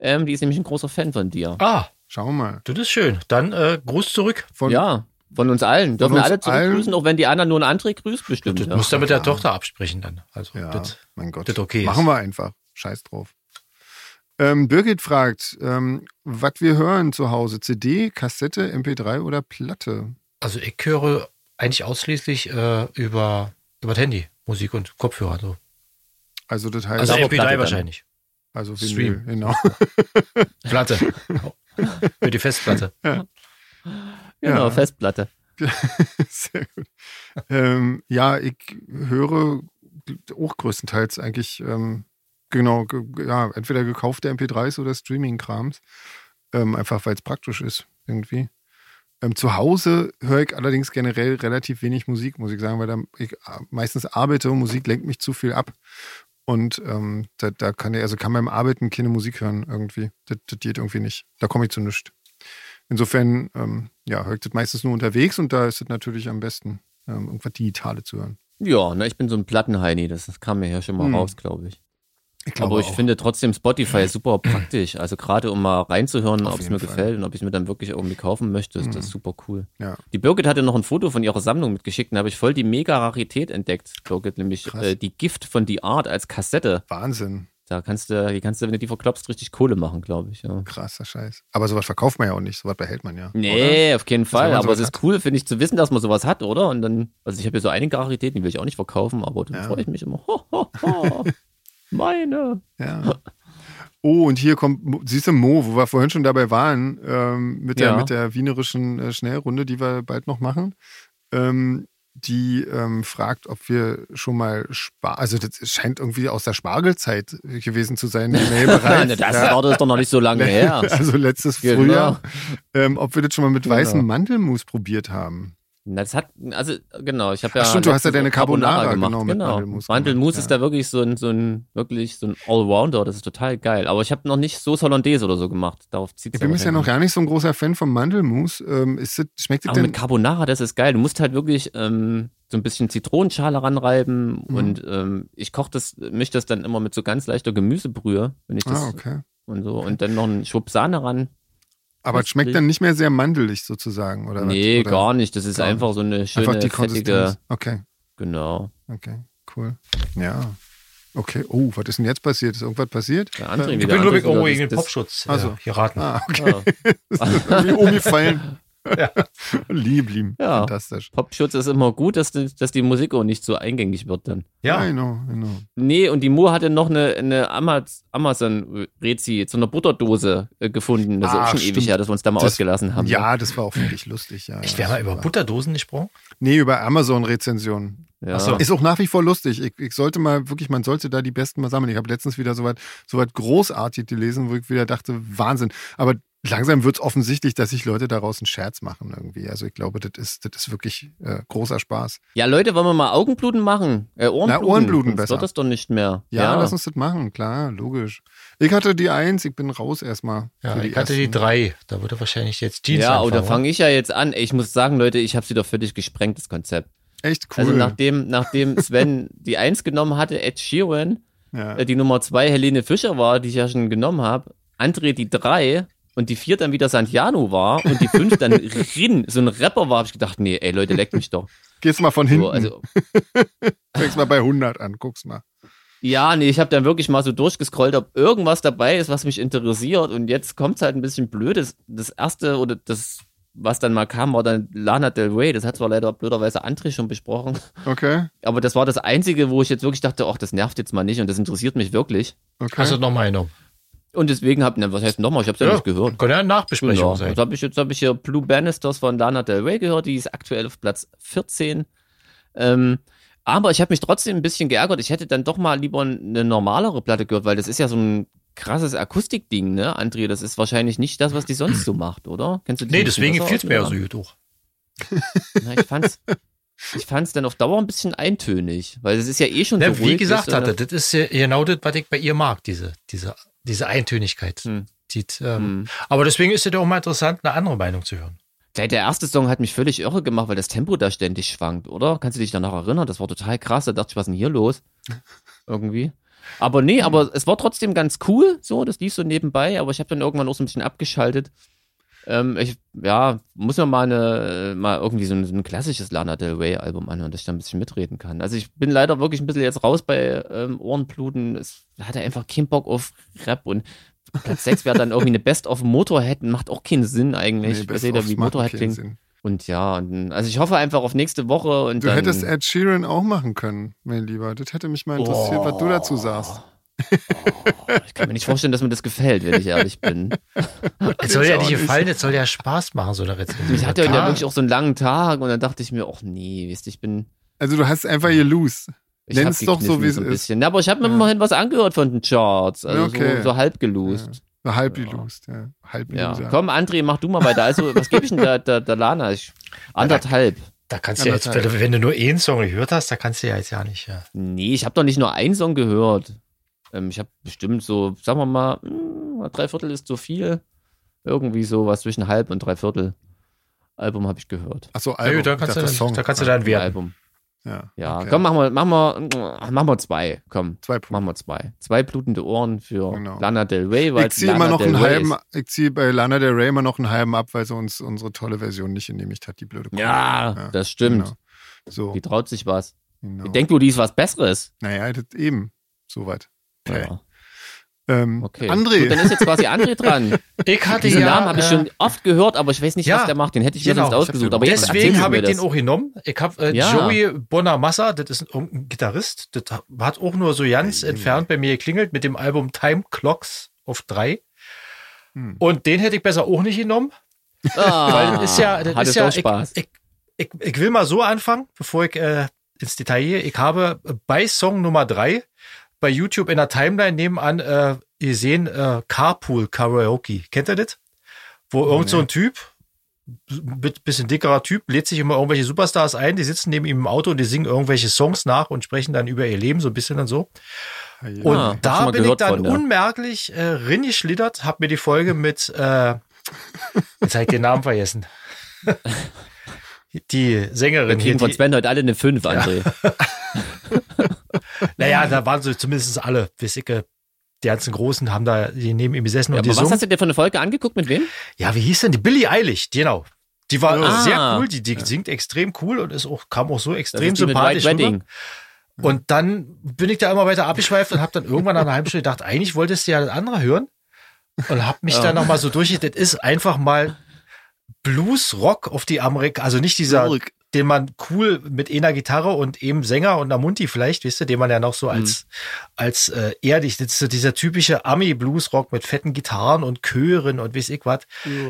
Ähm, die ist nämlich ein großer Fan von dir.
Ah,
Schau mal.
das ist schön. Dann äh, Gruß zurück.
Von,
ja, von uns allen. Dürfen
uns
wir alle zurückgrüßen,
allen.
auch wenn die Anna nur einen André grüßt, bestimmt.
Das
Ja.
musst du mit der Tochter absprechen dann. Also
Ja,
das,
mein Gott.
das okay ist.
Machen wir einfach. Scheiß drauf. Ähm, Birgit fragt, ähm, was wir hören zu Hause. CD, Kassette, MP3 oder Platte?
Also ich höre eigentlich ausschließlich äh, über, über das Handy, Musik und Kopfhörer. So.
Also das heißt,
Also
Saure
also,
MP3
Platte dann.
wahrscheinlich.
Vinyl,
Stream.
genau.
Platte. Für die Festplatte.
Genau,
Ja.
Festplatte.
Sehr gut. ähm, ja, ich höre auch größtenteils eigentlich, ähm, genau, ge- ja, entweder gekaufte MP3s oder Streaming-Krams. Ähm, einfach weil es praktisch ist, irgendwie. Ähm, zu Hause höre ich allerdings generell relativ wenig Musik, muss ich sagen, weil da ich a- meistens arbeite und Musik lenkt mich zu viel ab. Und ähm, da, da kann ich, also kann beim Arbeiten keine Musik hören irgendwie. Das, das geht irgendwie nicht. Da komme ich zu nichts. Insofern, ähm, ja, höre ich das meistens nur unterwegs und da ist es natürlich am besten, ähm, irgendwas Digitale zu hören.
Ja, ne, ich bin so ein Plattenheini, das, das kam mir ja schon mal
Hm.
raus, glaube ich.
Ich
Aber ich finde trotzdem Spotify super praktisch. Also gerade um mal reinzuhören,
Auf
ob es
jeden
mir
Fall. Mhm.
gefällt und ob ich es mir dann wirklich irgendwie kaufen möchte, ist das super cool.
Ja.
Die Birgit hatte noch ein Foto von ihrer Sammlung mitgeschickt und da habe ich voll die Mega-Rarität entdeckt, Birgit, nämlich
Krass.
äh, die Gift von The Art als Kassette.
Wahnsinn,
Da kannst du, die kannst du, wenn du die verklopst, richtig Kohle machen, glaube ich. Ja.
krasser Scheiß. Aber sowas verkauft man ja auch nicht, sowas behält man ja.
Nee, auf keinen Fall.
wenn man
Aber es
sowas
ist cool, finde ich, zu wissen, dass man sowas hat, oder? Und dann, also ich habe ja so einige Raritäten, die will ich auch nicht verkaufen, aber dann
Ja.
freue ich mich immer. Ho, ho, ho. Meine.
Ja. Oh, und hier kommt, Mo- siehst du Mo, wo wir vorhin schon dabei waren, ähm, mit, der,
Ja.
mit der wienerischen äh, Schnellrunde, die wir bald noch machen. Ähm, die ähm, fragt, ob wir schon mal Spar, also das scheint irgendwie aus der Spargelzeit gewesen zu sein, die Mail
Nein,
bereits.
das dauert es doch noch nicht so lange her.
Also letztes
Genau.
Frühjahr, ähm, ob wir das schon mal mit
Genau.
weißem Mandelmus probiert haben.
Na, das hat, also genau, ich habe ja.
Ach stimmt, du hast ja
letztens
deine Carbonara
gemacht.
genau mit Mandelmus
Mandelmus
gemacht,
ist
ja.
da wirklich so ein, so ein, wirklich so ein Allrounder, das ist total geil. Aber ich habe noch nicht Soße Hollandaise oder so gemacht. Darauf zieht
Ich bin bisher noch gar nicht so ein großer Fan vom Mandelmus. Ähm, ist das, schmeckt das
Aber mit
denn?
Carbonara, das ist geil. Du musst halt wirklich ähm, so ein bisschen Zitronenschale ranreiben
Mhm.
und ähm, ich koche das, misch das dann immer mit so ganz leichter Gemüsebrühe, wenn ich das
Ah, okay.
und so und dann noch einen Schwupp Sahne ran.
Aber es schmeckt dann nicht mehr sehr mandelig sozusagen, oder? was?
nee,
oder
gar nicht. Das ist
gar
einfach so eine schöne
Einfach die Konsistenz.
fettige,
Okay,
genau.
okay, cool. Ja. Okay, oh, was ist denn jetzt passiert? Ist irgendwas passiert?
Der André
Ich
wieder.
bin, glaube
André
ich, irgendwo
wieder
gegen den
das- Also.
Popschutz
Ach so.
äh, geraten.
Ah, okay.
das- ja.
Irgendwie umgefallen.
Ja.
Lieb, lieb.
Ja.
Fantastisch.
Popschutz ist immer gut, dass, die- dass die Musik auch nicht so eingängig wird dann.
Ja,
I know, I know.
Nee, und die Mo hatte noch eine, eine Amaz Amazon-Rezi zu einer Butterdose äh, gefunden. Das ist
Ah,
auch schon
stimmt.
ewig her, dass wir uns da mal
Das-
ausgelassen haben. ne?
Ja, das war auch wirklich lustig. Ja,
ich
ja,
wäre mal über
super.
Butterdosen gesprochen.
Nee, über Amazon-Rezensionen.
ja.
Ach so.
Ist auch nach wie vor lustig. Ich, ich sollte mal wirklich, man sollte da die besten mal sammeln. Ich habe letztens wieder so weit, so weit großartig gelesen, wo ich wieder dachte, Wahnsinn. Aber langsam wird es offensichtlich, dass sich Leute daraus einen Scherz machen irgendwie. Also ich glaube, das ist, das ist wirklich äh, großer Spaß.
ja, Leute, wollen wir mal Augenbluten machen? Äh, Ohrenbluten.
Na, Ohrenbluten
Sonst
besser.
Wird das doch nicht mehr.
Ja, lass uns das machen, klar, logisch. Ich hatte die Eins, ich bin raus erstmal.
Ja,
für
ich hatte die
ersten.
drei. Da würde wahrscheinlich jetzt Jeans
Ja, oh, da
anfangen,
fange ich ja jetzt an. Ey, Ich muss sagen, Leute, ich habe sie doch völlig gesprengt, das Konzept.
Echt cool.
Also nachdem, nachdem Sven die Eins genommen hatte, Ed Sheeran,
ja.
äh, die Nummer zwei Helene Fischer war, die ich ja schon genommen habe, André die drei und die vier dann wieder Santiano war und die fünf dann Rin, so ein Rapper war, habe ich gedacht, nee, ey Leute, leckt mich doch.
Gehst mal von hinten,
So, also,
fängst mal bei 100 an, guck's mal.
ja, nee, ich habe dann wirklich mal so durchgescrollt, ob irgendwas dabei ist, was mich interessiert und jetzt kommt's halt ein bisschen blöd. Das, das erste oder das, was dann mal kam, war dann Lana Del Rey. Das hat zwar leider blöderweise André schon besprochen,
Okay,
aber das war das Einzige, wo ich jetzt wirklich dachte, ach, das nervt jetzt mal nicht und das interessiert mich wirklich.
okay.
Hast du nochmal genommen?
Und deswegen hab, ne, was heißt nochmal, ich hab's ja, nicht gehört.
Kann ja eine Nachbesprechung
Genau.
sein.
Jetzt habe ich, jetzt hab ich hier Blue Bannisters von Lana Del Rey gehört, die ist aktuell auf Platz 14. Ähm, Aber ich habe mich trotzdem ein bisschen geärgert. Ich hätte dann doch mal lieber eine normalere Platte gehört, weil das ist ja so ein krasses Akustikding, ne, André? Das ist wahrscheinlich nicht das, was die sonst so macht, oder? Kennst du die
Nee,
ein bisschen
deswegen
besser
fiel es
aus,
mir ja
oder?
so gut hoch.
Na, ich fand's, ich fand's dann auf Dauer ein bisschen eintönig, weil es ist ja eh schon
Ne,
so ruhig.
wie gesagt
weißt du,
hatte, das ist ja genau das, was ich bei ihr mag, diese, diese, diese Eintönigkeit.
Hm.
Die, ähm,
Hm.
Aber deswegen ist es ja auch mal interessant, eine andere Meinung zu hören.
Gleich der erste Song hat mich völlig irre gemacht, weil das Tempo da ständig schwankt, oder? Kannst du dich danach erinnern? Das war total krass. Da dachte ich, was ist denn hier los? Irgendwie. Aber nee,
Hm.
aber es war trotzdem ganz cool, so, das lief so nebenbei, aber ich habe dann irgendwann auch so ein bisschen abgeschaltet. Ähm, ich, ja, muss man mal, eine, mal irgendwie so ein, so ein klassisches Lana Del Rey Album anhören, dass ich da ein bisschen mitreden kann. Also ich bin leider wirklich ein bisschen jetzt raus bei ähm, Ohrenbluten. Es hat einfach keinen Bock auf Rap und Platz 6 wäre dann irgendwie eine Best of Motorhead, macht auch keinen Sinn eigentlich.
Nee,
Nee,
Best
Seht ihr,
ofs
wie
macht
Motorhead
keinen
klingt.
Sinn.
Und ja, und, also ich hoffe einfach auf nächste Woche und
Du
dann,
hättest äh, Ed Sheeran auch machen können, mein Lieber. Das hätte mich mal interessiert, was du dazu sagst.
ich kann mir nicht vorstellen, dass mir das gefällt, wenn ich ehrlich bin.
Es soll
ist
ja
auch
nicht
nicht.
gefallen, es soll ja Spaß machen, so eine Rezension.
Ich hatte ja
Klar.
wirklich auch so einen langen Tag und dann dachte ich mir, ach nee, wisst ihr, ich bin,
Also du hast einfach hier loose.
ich
Nenn's
hab
doch so,
gekniffen
wie es
ein
ist.
bisschen. Ja, aber ich habe mir
Ja.
immerhin was angehört von den Charts, also
Okay.
so, so halb geloost.
Halb
Ja.
loose, ja. Halb
Ja.
loser.
Komm, André, mach du mal weiter. Also, was gebe ich denn da, da, da Lana? Ich, anderthalb.
Da kannst du ja jetzt, wenn
halt.
Anderthalb.
du- wenn du nur einen Song gehört hast, da kannst du ja jetzt ja nicht. Ja.
Nee, ich habe doch nicht nur einen Song gehört. Ähm, ich habe bestimmt so, sagen wir mal, mh, drei Viertel ist zu viel. Irgendwie so was zwischen halb und drei Viertel. Album habe ich gehört.
Achso,
Na
Album.
gut, da
Ich
kannst,
dachte,
du, dann,
Song.
da kannst du dann werden.
Album.
Ja,
Ja,
okay.
komm, machen wir, machen wir, machen wir zwei. Komm,
Zwei Punkte.
machen wir zwei. Zwei blutende Ohren für
Genau.
Lana Del Rey, weil
Ich
es
ziehe
Lana
immer noch
Del
einen
Rey
halben,
ist.
ich ziehe bei Lana Del Rey immer noch einen halben ab, weil sie uns unsere tolle Version nicht genehmigt hat, die blöde Kuh.
Ja,
Ja,
das stimmt.
Genau. So,
Die traut sich was.
genau.
Ich denk, du, die ist was Besseres.
naja, das eben. Soweit. Okay.
Ja,
Ähm,
okay. Gut, dann
André,
ist jetzt quasi André dran.
Ich hatte
Diesen
ja.
Namen habe ich
äh,
schon oft gehört, aber ich weiß nicht,
Ja,
was der macht. Den hätte ich mir
genau,
sonst
ich hab's
ausgesucht.
dir
Aber jetzt
Deswegen
erzählst du
habe
mir
ich den
das.
auch genommen. Ich habe äh,
Ja.
Joey Bonamassa, das ist ein, irgendein Gitarrist, das hat auch nur so ganz entfernt bei mir geklingelt mit dem Album Time Clocks auf drei.
Hm.
Und den hätte ich besser auch nicht genommen.
Ah,
Weil das ist ja, das
hat
ist
es
ja
auch Spaß.
Ich, ich, ich, ich will mal so anfangen, bevor ich äh, ins Detail gehe. Ich habe bei Song Nummer drei bei YouTube in der Timeline nebenan äh, gesehen äh, Carpool Karaoke. Kennt ihr das? Wo irgend so ein Typ, mit bisschen dickerer Typ, lädt sich immer irgendwelche Superstars ein, die sitzen neben ihm im Auto und die singen irgendwelche Songs nach und sprechen dann über ihr Leben so ein bisschen und so. Und
Ah, hab schon
da
mal
bin ich
gehört
dann
von, ja.
unmerklich äh, reingeschlittert, habe mir die Folge mit, äh, jetzt habe ich den Namen vergessen, die
Wir
Sängerin hier,
kriegen von
die,
Sven heute alle eine 5, André.
naja, da waren so zumindest alle, weiß ich, äh, die ganzen Großen haben da die neben ihm gesessen
Ja,
und
aber
die
was
so,
hast du dir von der Folge angeguckt? Mit wem?
ja, wie hieß denn die? Billie Eilig, genau. Die war
Ah.
sehr cool, die, die singt extrem cool und ist auch, kam auch so
Das
extrem
ist die mit
sympathisch
White
rüber.
Wedding.
Und dann bin ich da immer weiter abgeschweift und habe dann irgendwann nach einer halben Stunde gedacht, eigentlich wolltest du ja das andere hören. Und habe mich
Ja.
dann nochmal so durchgeht. Das ist einfach mal Blues-Rock auf die Amerik, also nicht dieser,
Zurück.
den man cool mit einer Gitarre und eben Sänger und einer Munti vielleicht, weißt du, den man ja noch so als, als äh, erdig, das ist so dieser typische Ami-Blues-Rock mit fetten Gitarren und Chören und weiß ich was.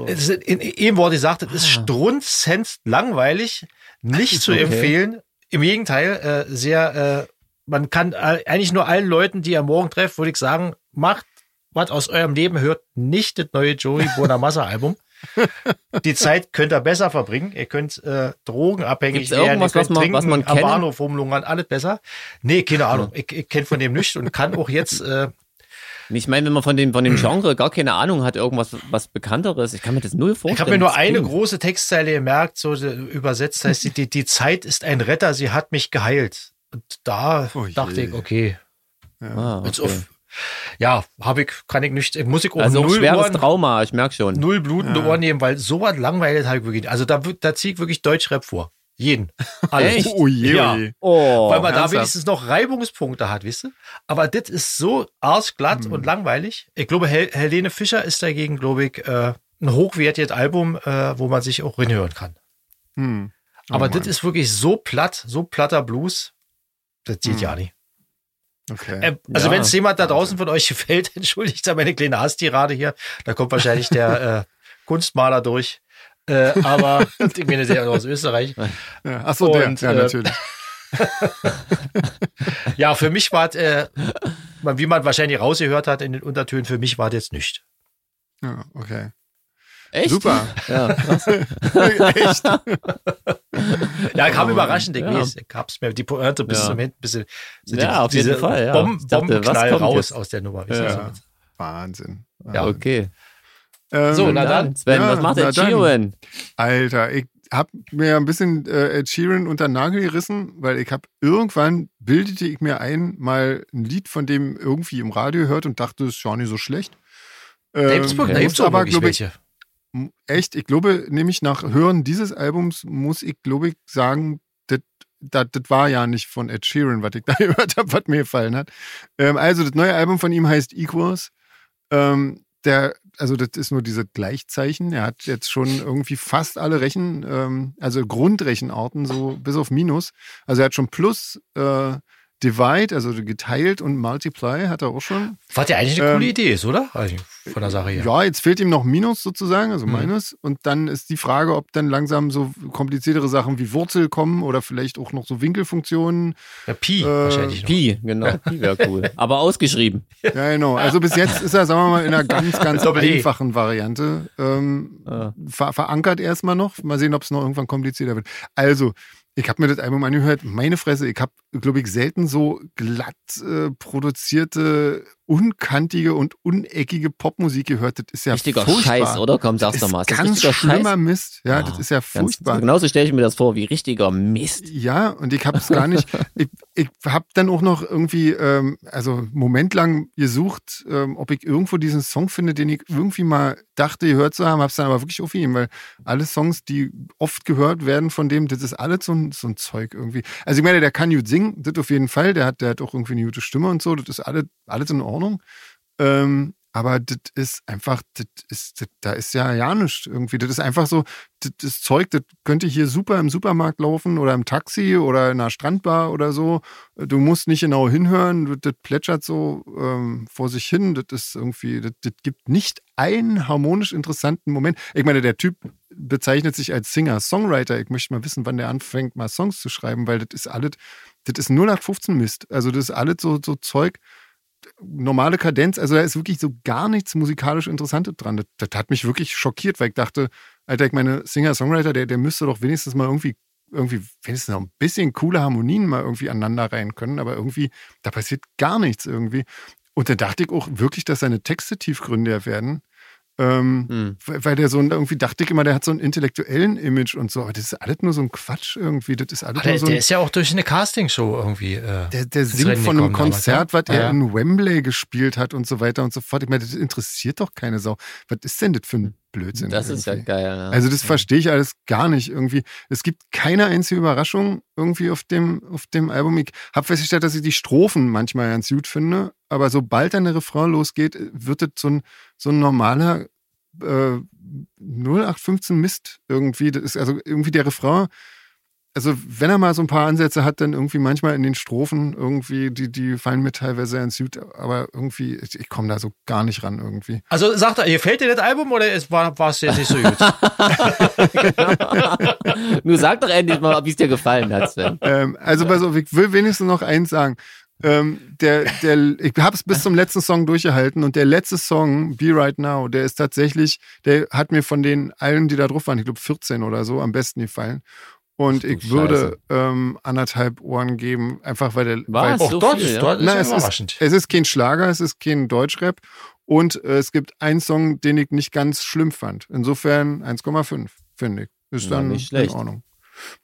Es ist- in- Eben wurde gesagt, es ist strunzend langweilig, nicht zu
Okay.
empfehlen. Im Gegenteil, äh, sehr, äh, man kann äh, eigentlich nur allen Leuten, die ihr morgen trefft, würde ich sagen, macht was aus eurem Leben, hört nicht das neue Joey Bonamassa-Album. Die Zeit könnt ihr besser verbringen. Ihr könnt äh, drogenabhängig
Gibt's irgendwas,
ihr könnt
was man- was man
am
kennen?
Bahnhof rumlungern, alles besser. Nee, keine Ahnung. Ich, ich kenne von dem nichts und kann auch jetzt äh,
Ich meine, wenn man von dem, von dem Genre gar keine Ahnung hat, irgendwas was Bekannteres, ich kann mir das null vorstellen.
Ich habe mir nur
Das
eine
klingt-
große Textzeile gemerkt, so äh, übersetzt heißt die, die, die Zeit ist ein Retter, sie hat mich geheilt. Und da
Oh je.
dachte ich, okay,
Ah,
jetzt
okay.
auf, ja, habe ich, kann ich nicht, muss ich auch
Also auch
Oh, null,
schweres
Ohren,
Trauma, ich merke schon.
null blutende Ohren nehmen, weil sowas langweilig habe ich wirklich. Also da, wür- da ziehe ich wirklich Deutschrap vor. Jeden. Alles.
Echt?
Oh je,
Ja.
oh je.
Oh,
Weil man da
ernsthaft?
wenigstens noch Reibungspunkte hat, wisst ihr? Aber das ist so arschglatt
Hm.
und langweilig. Ich glaube, Hel Helene Fischer ist dagegen, glaube ich, äh, ein hochwertiges Album, äh, wo man sich auch reinhören kann.
Hm. Oh
Aber
Mann.
das ist wirklich so platt, so platter Blues. Das
Hm.
geht ja nicht.
Okay.
Äh, also,
Ja.
wenn es jemand da draußen von euch gefällt, entschuldigt da meine kleine Hastirade hier. Da kommt wahrscheinlich der äh, Kunstmaler durch. Äh, aber ich meine, der aus Österreich.
ja. Achso, der.
und,
ja,
äh,
natürlich.
ja, für mich war es, äh, wie man wahrscheinlich rausgehört hat in den Untertönen, für mich war es jetzt nicht.
Ja, okay.
Echt?
Super.
Ja, krass.
Echt?
Ja, kam
Oh,
überraschend, ich
ja.
weiß, gab's mir die Pointe bis
Ja.
zum Ende, bis, die-
Ja, auf jeden Fall, ja.
Bomben,
Ich dachte, was
Bombenknall
kommt
raus
jetzt?
aus der Nummer. wisst ihr
Ja.
so.
Also, Wahnsinn.
Ja.
Okay.
Ähm,
So, na dann.
Sven,
Ja,
was macht
na
der
dann.
Chiron?
Alter, ich hab mir ein bisschen äh, Ed Sheeran unter den Nagel gerissen, weil ich hab irgendwann bildete ich mir ein, mal ein Lied von dem irgendwie im Radio hört und dachte, es ist ja nicht so schlecht. Ähm,
Elmsburg, da
muss
gibt's auch
aber,
wirklich
glaube ich,
welche.
m- echt, ich glaube, nämlich nach Hören dieses Albums muss ich, glaube ich, sagen, das das- das war ja nicht von Ed Sheeran, was ich da gehört habe, was mir gefallen hat. Ähm, also, das neue Album von ihm heißt Equals. Ähm, der, also, das ist nur diese Gleichzeichen. Er hat jetzt schon irgendwie fast alle Rechen, ähm, also Grundrechenarten, so bis auf Minus. Also, er hat schon Plus, äh, Divide, also geteilt und Multiply hat er auch schon.
Was ja eigentlich eine coole
Ähm,
Idee ist, oder? Also Von der Sache her.
Ja, jetzt fehlt ihm noch Minus sozusagen, also
Mhm.
Minus. Und dann ist die Frage, ob dann langsam so kompliziertere Sachen wie Wurzel kommen oder vielleicht auch noch so Winkelfunktionen.
Ja, Pi
äh,
wahrscheinlich noch.
Pi, genau. Pi wäre cool. Aber ausgeschrieben.
Ja, genau. Also bis jetzt ist er, sagen wir mal, in einer ganz, ganz
Doppel-E.
einfachen Variante. Ähm,
Ah.
ver verankert erstmal noch. Mal sehen, ob es noch irgendwann komplizierter wird. Also, ich habe mir das Album angehört. Meine Fresse, ich habe, glaube ich, selten so glatt äh, produzierte, unkantige und uneckige Popmusik gehört. Das ist ja
Richtiger
furchtbar.
Scheiß, oder? Komm, sag's doch mal. Ist
Ist
das
ganz
richtiger
schlimmer
Scheiß?
Mist. Ja,
Ah,
das ist ja
Ganz-
furchtbar.
genauso stelle ich mir das vor, wie richtiger Mist.
Ja, und ich habe es gar nicht. ich ich habe dann auch noch irgendwie, ähm, also einen Moment lang gesucht, ähm, ob ich irgendwo diesen Song finde, den ich irgendwie mal dachte, gehört zu haben. Habe es dann aber wirklich aufgegeben, weil alle Songs, die oft gehört werden von dem, das ist alles so ein, so ein Zeug irgendwie. Also ich meine, der kann gut singen, das auf jeden Fall. Der hat, der hat auch irgendwie eine gute Stimme und so. Das ist alles, alles in Ordnung. Ähm, aber das ist einfach, das ist, das, da ist ja ja nichts irgendwie. Das ist einfach so, das, das Zeug, das könnte hier super im Supermarkt laufen oder im Taxi oder in einer Strandbar oder so. Du musst nicht genau hinhören, das- das plätschert so ähm, vor sich hin. Das ist irgendwie, das, das gibt nicht einen harmonisch interessanten Moment. Ich meine, der Typ bezeichnet sich als Singer-Songwriter. Ich möchte mal wissen, wann der anfängt, mal Songs zu schreiben, weil das ist alles, das ist 0815 Mist. Also das ist alles so, so Zeug, normale Kadenz, also da ist wirklich so gar nichts musikalisch Interessantes dran. Das, das hat mich wirklich schockiert, weil ich dachte, Alter, ich meine, Singer-Songwriter, der, der müsste doch wenigstens mal irgendwie, irgendwie, wenigstens noch ein bisschen coole Harmonien mal irgendwie aneinander rein können, aber irgendwie, da passiert gar nichts irgendwie. Und dann dachte ich auch wirklich, dass seine Texte tiefgründiger werden. Ähm,
Hm.
weil weil der so ein, irgendwie dachte ich immer, der hat so einen intellektuellen Image und so, aber das ist alles nur so ein Quatsch irgendwie. Das ist alles
Ah, der,
nur so ein
der ist ja auch durch eine Castingshow irgendwie. Äh,
der, der
ins
singt
Rennen
von einem
gekommen damals,
Konzert,
ja?
was er
Ja.
in Wembley gespielt hat und so weiter und so fort. Ich meine, das interessiert doch keine Sau. Was ist denn das für
Hm.
ein Blödsinn?
Das ist ja
irgendwie?
geil. Ja.
Also das verstehe ich alles gar nicht irgendwie. Es gibt keine einzige Überraschung irgendwie auf dem, auf dem Album. Ich habe festgestellt, dass ich die Strophen manchmal ganz gut finde, aber sobald dann der Refrain losgeht, wird das so ein, so ein normaler äh, 0815 Mist irgendwie. Das ist also irgendwie der Refrain. Also wenn er mal so ein paar Ansätze hat, dann irgendwie manchmal in den Strophen irgendwie, die, die fallen mir teilweise ganz gut, aber irgendwie, ich, ich komme da so gar nicht ran irgendwie.
also sagt er, gefällt dir das Album oder es war war es jetzt nicht so gut?
Also-
Nur sag doch endlich mal, wie es dir gefallen hat, Sven.
ähm, also pass auf, ich will wenigstens noch eins sagen. Ähm, der, der, ich habe es bis zum letzten Song durchgehalten und der letzte Song, Be Right Now, der ist tatsächlich, der hat mir von den allen, die da drauf waren, ich glaube 14 oder so, am besten gefallen. Und
Ach du
ich würde ähm, anderthalb Ohren geben, einfach weil der, weil
Was?
auch
So
Oh, dort,
viel,
ist,
ja?
dort ist
Na,
ja
es ist-
überraschend.
es ist kein Schlager, es ist kein Deutschrap und äh, es gibt einen Song, den ich nicht ganz schlimm fand. Insofern 1,5, finde ich. Ist
Na,
dann
nicht
in
schlecht.
Ordnung.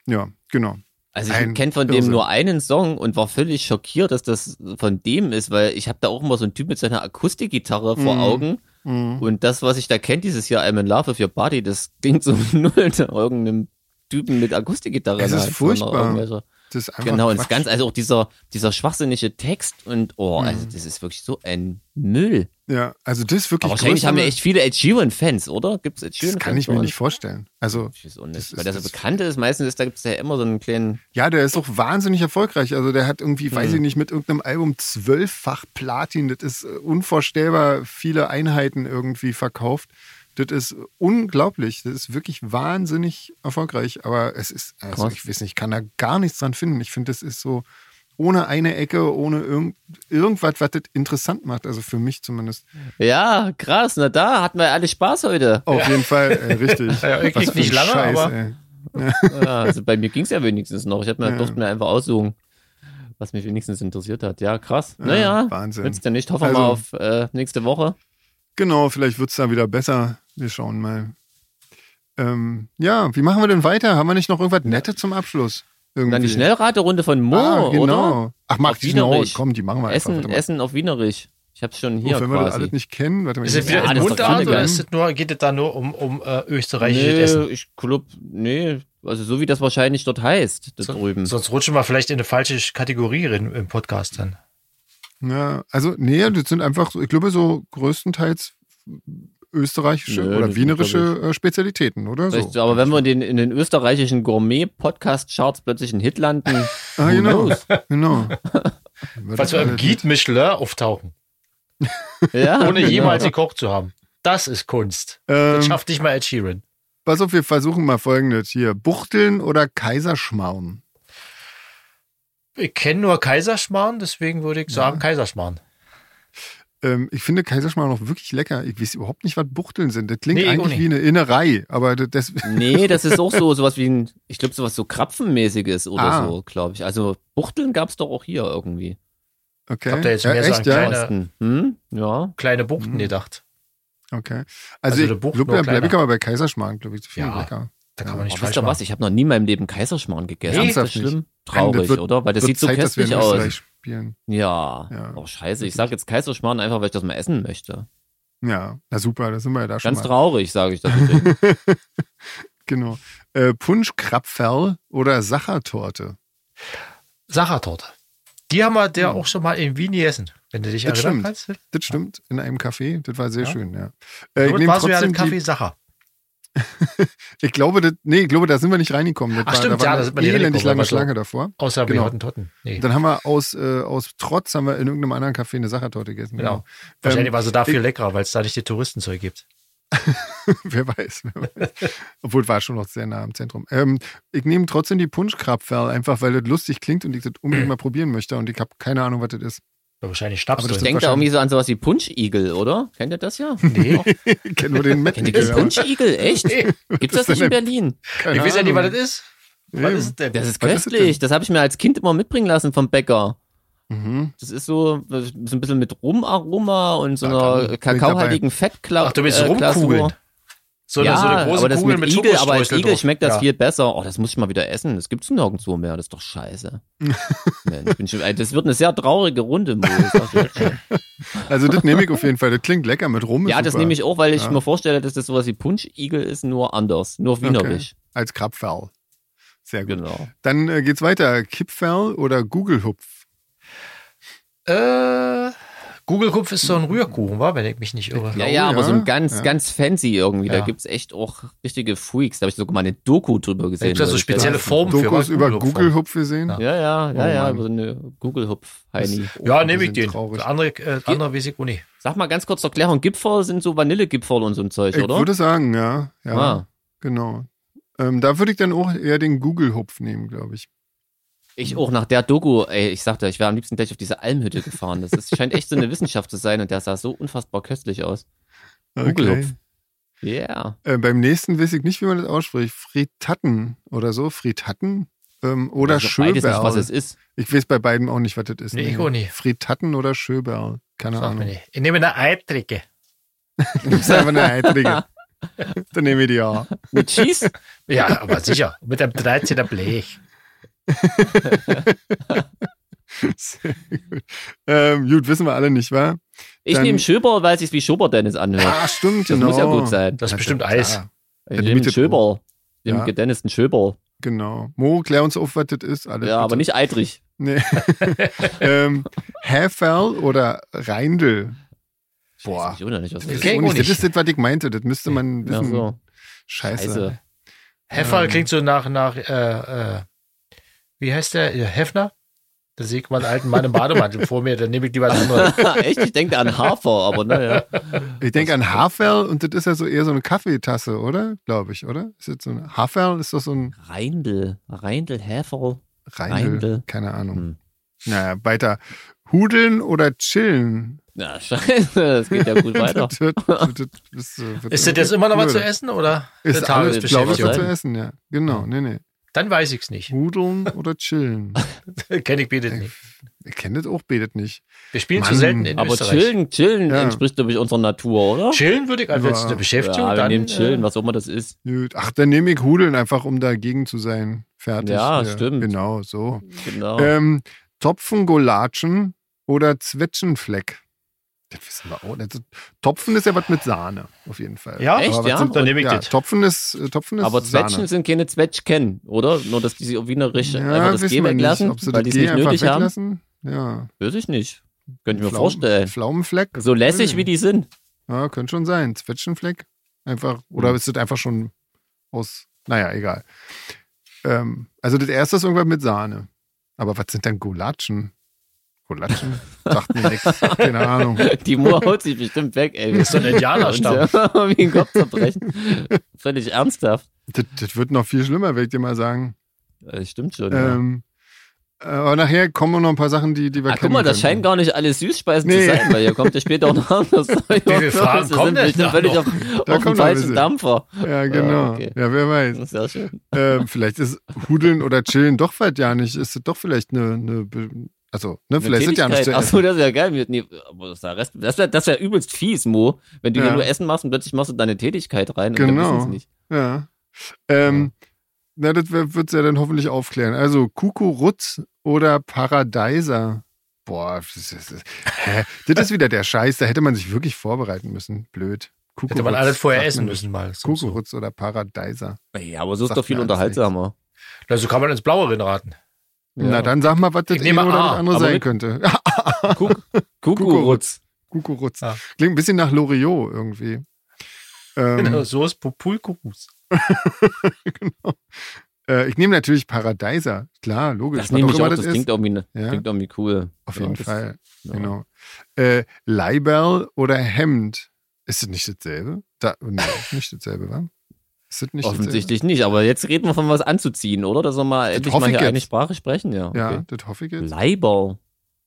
Ja, genau.
Also ich
Ein
kenne von dem
Irrsinn.
nur einen Song und war völlig schockiert, dass das von dem ist, weil ich habe da auch immer so einen Typ mit seiner Akustikgitarre vor
Mhm.
Augen
Mhm.
und das, was ich da kennt dieses Jahr, I'm in Love with Your Body, das klingt so null nach irgendeinem Typen mit Akustikgitarre.
Es
in der
ist
Hand, sondern
furchtbar.
irgendwelche-
Das ist einfach
Genau, und das
Quatsch.
Ganze, also auch dieser, dieser schwachsinnige Text und oh, also das ist wirklich so ein Müll.
Ja, also das ist wirklich.
Aber wahrscheinlich
größere-
haben wir echt viele Ed Sheeran-Fans, oder? Gibt es Ed
Das
Sheeran-Fans?
kann ich
bei
mir
uns?
nicht vorstellen. Also,
Ich weiß auch nicht,
Das ist-
weil der so
das-
bekannt ist. Meistens ist, da gibt es ja immer so einen kleinen.
ja, der ist doch wahnsinnig erfolgreich. Also, der hat irgendwie, weiß ich
Mhm.
nicht, mit irgendeinem Album zwölffach Platin. Das ist äh, unvorstellbar viele Einheiten irgendwie verkauft. Das ist unglaublich. Das ist wirklich wahnsinnig erfolgreich. Aber es ist, also
Krass.
ich weiß nicht, ich kann da gar nichts dran finden. Ich finde, das ist so ohne eine Ecke, ohne irgend, irgendwas, was das interessant macht. Also für mich zumindest.
Ja, krass. Na da hatten wir alle Spaß heute.
Auf jeden Fall, äh, richtig.
Ja, ich
Was
krieg
für
nicht
ein
lange,
Scheiß,
aber-
ey.
Ja, also bei mir ging es ja wenigstens noch. Ich hab mir, halt
Ja.
durfte mir einfach aussuchen, was mich wenigstens interessiert hat. Ja, krass. Naja,
Wahnsinn.
nützt ja nicht. Hoffen wir
Also-
mal auf äh, nächste Woche.
Genau, vielleicht wird es da wieder besser. Wir schauen mal. Ähm, ja, wie machen wir denn weiter? Haben wir nicht noch irgendwas Nettes zum Abschluss? Irgendwie.
Dann die Schnellraterunde von Mo,
ah, genau.
oder?
Ach, mach
Auf
die genau.
Wienerisch.
Komm, die machen wir einfach.
Essen,
Warte mal.
Essen auf Wienerisch. Ich hab's schon
Hier
hier
wenn wir das
quasi.
alles nicht kennen, warte mal.
Ist
ich-
es wieder
Ja,
in
das ist doch
Mundart oder
Kindergarten.
ist es nur, geht es da nur um, um äh, österreichisches
Nee,
Essen?
ich glaub, nee, also so wie das wahrscheinlich dort heißt, da drüben.
Sonst rutschen wir vielleicht in eine falsche Kategorie rein im Podcast dann.
ja, also, nee, das sind einfach, so- ich glaube, so größtenteils österreichische
Nö, das
oder
sind,
wienerische äh, Spezialitäten, oder so.
Vielleicht, aber wenn wir in den, in den österreichischen Gourmet-Podcast-Charts plötzlich einen Hit landen,
ah,
who
genau,
knows?
genau. Wird
Falls wir
das
im
alles-
Guide Michelin auftauchen,
ja,
ohne jemals gekocht zu haben. Das ist Kunst. Das
Ähm,
schafft nicht mal Ed Sheeran.
pass auf, wir versuchen mal folgendes hier. Buchteln oder Kaiserschmarrn?
Ich kenne nur Kaiserschmarrn, deswegen würde ich sagen Kaiserschmarrn.
Ähm, ich finde Kaiserschmarrn auch wirklich lecker. Ich weiß überhaupt nicht, was Buchteln sind. Das klingt
Nee, ich auch
eigentlich wie eine Innerei, aber das, das
Nee, das ist auch so sowas wie ein, ich glaube, sowas so Krapfenmäßiges oder
Ah.
so, glaube ich. Also Buchteln gab's doch auch hier irgendwie.
okay. Äh,
Habt ihr jetzt mehr so
echt,
ein
ja?
kleines-
Osten. Hm? Ja.
Kleine Buchten
Mhm.
gedacht.
Okay.
Also
Also,
der
ich
Bucht
glaube,
nur
da bleibe ich
kleiner.
aber bei Kaiserschmarrn, glaube ich. Das finde ich
Ja,
lecker.
Da kann man
Oh,
nicht falsch
wisst ihr
machen.
was? Ich habe noch nie in meinem Leben Kaiserschmarrn gegessen.
Nee.
ist das
Ernsthaft nicht.
schlimm?
Nein, das
Traurig,
wird-
oder? Weil das
Wird
sieht so
Zeit, dass wir
köstlich
in
aus.
Österreich spielen.
Ja.
Ja.
Oh, scheiße. Ich sage jetzt Kaiserschmarrn einfach, weil ich das mal essen möchte.
Ja, na super, da sind wir ja da schon
Ganz
mal.
traurig, sage ich das. übrigens.
Genau. Äh, Punschkrapferl oder Sachertorte?
Sachertorte. Die haben wir der auch schon mal in Wien gegessen, wenn du dich
Das
erinnern
stimmt.
kannst.
Das stimmt, in einem Café. Das war sehr
Ja.
schön, ja. Äh, ich
Dort
nehme
war so ja
trotzdem
ein Kaffee
die,
Sacher.
ich glaube, das, nee, ich glaube, da sind wir nicht reingekommen. Das
Ach,
war,
stimmt,
da
ja,
war
da
eine
sind wir nicht
elendig
reingekommen,
lange
aber so-
Schlange davor.
Außer
Genau.
genau. Hottentotten. Nee.
Dann haben wir aus, äh, aus Trotz haben wir in irgendeinem anderen Café eine Sachertorte gegessen.
Genau. Wahrscheinlich
Ähm,
war sie da viel leckerer, weil es da nicht die Touristenzeug gibt.
Wer weiß, wer weiß. Obwohl war schon noch sehr nah am Zentrum. Ähm, ich nehme trotzdem die Punschkrapferl, einfach weil das lustig klingt und ich das unbedingt mal probieren möchte und ich habe keine Ahnung, was das ist.
Ja, Wahrscheinlich Schnaps
Aber das
Ich
drin.
denke da irgendwie so an sowas wie Punschigel, oder? Kennt ihr das ja?
Nee.
Ich kenne nur den
Kennt ihr den
Mettigel.
Punschigel? Echt? Gibt's das nicht in Berlin?
Ich weiß ja nicht,
halt.
was das ist. Was
Eben.
ist es denn?
Das ist
Was ist das
köstlich. Das habe ich mir als Kind immer mitbringen lassen vom Bäcker.
Mhm.
Das ist so, so ein bisschen mit Rumaroma und so
Ja, dann
einer
bin ich
kakaohaltigen Fettklappe. äh,
Ach, du willst rumkugeln. So,
ja,
eine, so eine große
aber das
Kugel
mit
mit,
Igel, aber als
Schokostreusel
Igel
drauf.
schmeckt das
ja.
viel besser. Oh, das muss ich mal wieder essen. Das gibt's nirgendwo mehr. Das ist doch scheiße. Mensch, bin schon, ey, das wird eine sehr traurige Runde. Mo. Das sagst du jetzt schon.
Also das nehme ich auf jeden Fall. Das klingt lecker mit rum. ist
ja, das
super.
nehme ich auch, weil ich
Ja.
mir vorstelle, dass das sowas wie Punschigel ist, nur anders. Nur wienerisch.
als Krapferl. Sehr gut.
Genau.
Dann äh, geht's weiter. Kipferl oder Google-Hupf?
Äh, Kugelkupf ist so ein Rührkuchen, war, wenn ich mich nicht irre.
Ja, ja, aber
ja.
so ein ganz,
Ja.
ganz fancy irgendwie. Da
Ja.
gibt's echt auch richtige Freaks. Da habe ich sogar mal eine Doku drüber gesehen. Also
gibt's ja
Leute.
so also spezielle Formen für
Dokus
was?
über
Google-Hupf.
Google-Hupf gesehen?
Ja.
Ja, ja, ja,
Oh
ja,
Mann.
über so eine Google-Hupf, Heini.
Ja, nehme
Wir
ich
Oh, sind
den.
traurig.
Andere, äh, andere weiß ich auch nicht.
Sag mal ganz kurz zur Klärung, Gipfel sind so Vanillegipfel und so ein Zeug,
Ich
oder?
würde sagen, ja. ja.
Ah,
Genau. Ähm, da würde ich dann auch eher den Google-Hupf nehmen, glaube ich.
ich auch nach der Doku, ey, ich sagte, ich wäre am liebsten gleich auf diese Almhütte gefahren. Das ist, scheint echt so eine Wissenschaft zu sein und der sah so unfassbar köstlich aus. Google-Hupf. Yeah.
Äh, beim nächsten weiß ich nicht, wie man das ausspricht. Fritatten oder so. Fritatten ähm, oder
also beides nicht, was es
Schöberl.
ist.
Ich weiß bei beiden auch nicht, was das ist.
Nee, ich auch nicht.
Fritatten oder Schöberl. Keine
Sag mir
Ahnung.
nicht. Ich nehme eine Eitricke.
Das ist einfach eine Eitrige. dann nehme ich die auch.
Mit Cheese?
Ja, aber sicher. Mit einem 13er Blech.
Sehr gut. Ähm, gut, wissen wir alle nicht, wa?
Ich
Dann-
nehme Schöber, weil es sich wie Schoberdennis anhört.
Ah, stimmt,
Das
genau.
muss ja gut sein.
Das ist
Na,
bestimmt
klar.
Eis.
Ich
Ja,
nehme einen
Miete-
Schöber. Ich nehme
Ja.
einen gedennisten Schöber.
Genau. Mo, klär uns auf, was das ist. Alles
Ja,
bitte.
aber nicht eitrig.
Nee. ähm, Häferl oder Reindl? Boah.
Ich wundere nicht, was das
Das
ist.
ist,
Kenn ich
auch
auch
nicht. das
nicht.
ist das, was ich meinte. Das müsste man
Ja,
wissen.
so. Also.
Scheiße.
Scheiße.
Heffer
Ähm.
klingt so nach, nach äh, äh, wie heißt der? Hefner? Da sehe ich mal einen alten Mann im Bademantel vor mir, dann nehme ich lieber das andere.
Echt? Ich denke an Hafer, aber naja.
Ich denke an Haferl und das ist ja so eher so eine Kaffeetasse, oder? Glaube ich, oder? Ist jetzt so ein Haferl ist doch so ein
Reindl, Reindl, Häferl.
Reindl.
Reindl.
Keine Ahnung.
Hm.
Naja, weiter. Hudeln oder chillen?
Na, scheiße, das geht ja gut weiter.
Das wird- das wird- das wird-
Ist das jetzt immer noch was zu
Blöde.
essen oder
Ist alles, glaube ich,
Tagesbeschäftigung.
was zu essen, ja. Genau, nee, nee.
Dann weiß ich es nicht.
Hudeln oder chillen?
Kenne ich betet nicht.
Ihr kennt das auch, betet nicht.
Wir spielen zu
Mann,
selten in
Aber
Österreich.
chillen, chillen
Ja.
entspricht, glaube ich, unserer Natur, oder?
Chillen würde ich also
Ja.
als eine Beschäftigung.
Ja, wir
dann,
nehmen
äh,
chillen, was auch immer das ist.
Nö, Ach, dann nehme ich Hudeln einfach, um dagegen zu sein. Fertig.
Ja, stimmt.
Genau, so.
Genau.
Ähm, Topfen, Golatschen oder Zwetschgenfleck? Das wissen wir auch. nicht. Also, Topfen ist ja was mit Sahne, auf jeden Fall.
Ja,
Echt,
was
ja?
sind-
Dann nehme ich
ja,
das.
Topfen ist, äh, Topfen ist
aber
Sahne.
Zwetschgen sind keine Zwetschgen, oder? Nur, dass die sich wienerisch
ja,
einfach das
wissen
G
wir nicht,
weglassen,
ob sie
weil die
das
es
G
nicht
einfach
nötig haben.
weglassen. Ja.
Weiß ich nicht. Könnte ich mir
Pflaumen-
vorstellen.
Pflaumenfleck. Hm.
So lässig wie die sind.
Ja, könnte schon sein. Zwetschgenfleck. Einfach,
Mhm.
oder ist das einfach schon aus, naja, egal. Ähm, also das erste ist irgendwas mit Sahne. Aber was sind denn Gulatschen? Gulatschen? Sagt mir nichts. Keine Ahnung.
Die Moor haut sich bestimmt weg, ey.
Ist so ein Indianerstamm.
Wie ein Kopf zerbrechen. Völlig ernsthaft.
Das, das wird noch viel schlimmer, will ich dir mal sagen.
Das stimmt schon. ja.
Ähm, aber nachher kommen noch ein paar Sachen, die, die wir
Ah,
kennen
guck mal, das
könnten.
scheinen gar nicht alles Süßspeisen
Nee.
zu sein, weil hier kommt ja später auch noch anders. Wie
viele Fragen kommen denn da
völlig auf,
noch?
auf
kommt
dem
noch ein bisschen.
falschen Dampfer.
Ja, genau.
Ah, okay.
Ja, wer weiß.
Sehr schön.
ähm, vielleicht ist Hudeln oder Chillen doch weit ja nicht. Ist das doch vielleicht eine, eine Be- also, ne, vielleicht sind ja nicht zu essen.
Achso, das ist ja geil. Wir- Nee, aber das wäre das wär, das wär übelst fies, Mo. Wenn du
Ja.
hier nur Essen machst und plötzlich machst du deine Tätigkeit rein und
Genau.
dann wissen's nicht.
Ja. Ähm, Na, das wird es ja dann hoffentlich aufklären. Also Kukurutz oder Paradeiser. Boah, das ist, das ist, hä? das ist wieder der Scheiß. Da hätte man sich wirklich vorbereiten müssen. Blöd. Kukurutz,
Hätte man alles vorher
sagt man
essen müssen mal. So- so.
Kukurutz oder Paradeiser.
Ja, aber so ist
Sagt
doch viel
mir alles
unterhaltsamer.
Also kann man ins Blaue reinraten.
Ja.
Na, dann sag mal, was das
Ich
eine
nehme
oder
A,
das andere
aber
sein
mit-
könnte.
Kuck, Kukurutz.
Kukurutz. Kukurutz.
Ja.
Klingt ein bisschen nach Loriot irgendwie.
Genau,
Ähm,
So ist Popul Kukus.
äh, ich nehme natürlich Paradeiser. Klar, logisch.
Das
was
nehme ich
immer
auch, das klingt irgendwie, ne-
Ja.
klingt irgendwie cool.
Auf
Ja,
jeden
das-
Fall,
ja.
genau. Äh, Leiberl oder Hemd? Ist das nicht dasselbe? Da, nee, ist nicht dasselbe, wa? Ist das nicht
Offensichtlich nicht, aber jetzt reden wir von was anzuziehen, oder? Dass wir mal endlich
hoffe
mal
ich
hier
jetzt.
eine Sprache sprechen, ja.
dasselbe? Ja,
Okay. Hm.
das hoffe ich jetzt.
Leiberl.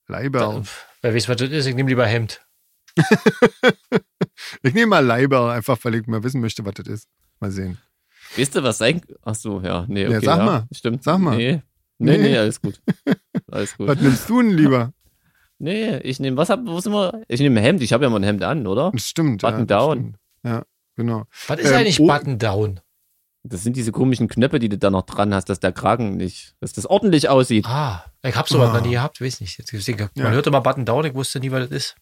Leiberl.
Wer weiß, was das ist, ich nehme lieber Hemd.
Ich nehme mal Leiberl, einfach weil ich mal wissen möchte, was das ist. Mal sehen.
Wisst ihr, was sein. Ach so, ja. Nee,
Ja,
okay,
sag mal.
Stimmt.
Sag mal.
Nee. Nee,
Nee.
nee, alles gut. Alles gut.
Was nimmst du denn lieber?
Nee, ich nehme, was hab, wo sind wir? Ich nehme ein Hemd, ich habe ja mal ein Hemd an, oder?
Das stimmt. ja,
Button
das
down.
Stimmt. Ja, genau.
Was ist
Ähm,
eigentlich
oh.
Button Down?
Das sind diese komischen Knöpfe, die du da noch dran hast, dass der Kragen nicht, dass das ordentlich aussieht.
Ah, ich habe sowas
Ah.
noch nie gehabt, weiß nicht. Jetzt, deswegen, man
Ja.
hört immer Button Down, ich wusste nie, was das ist.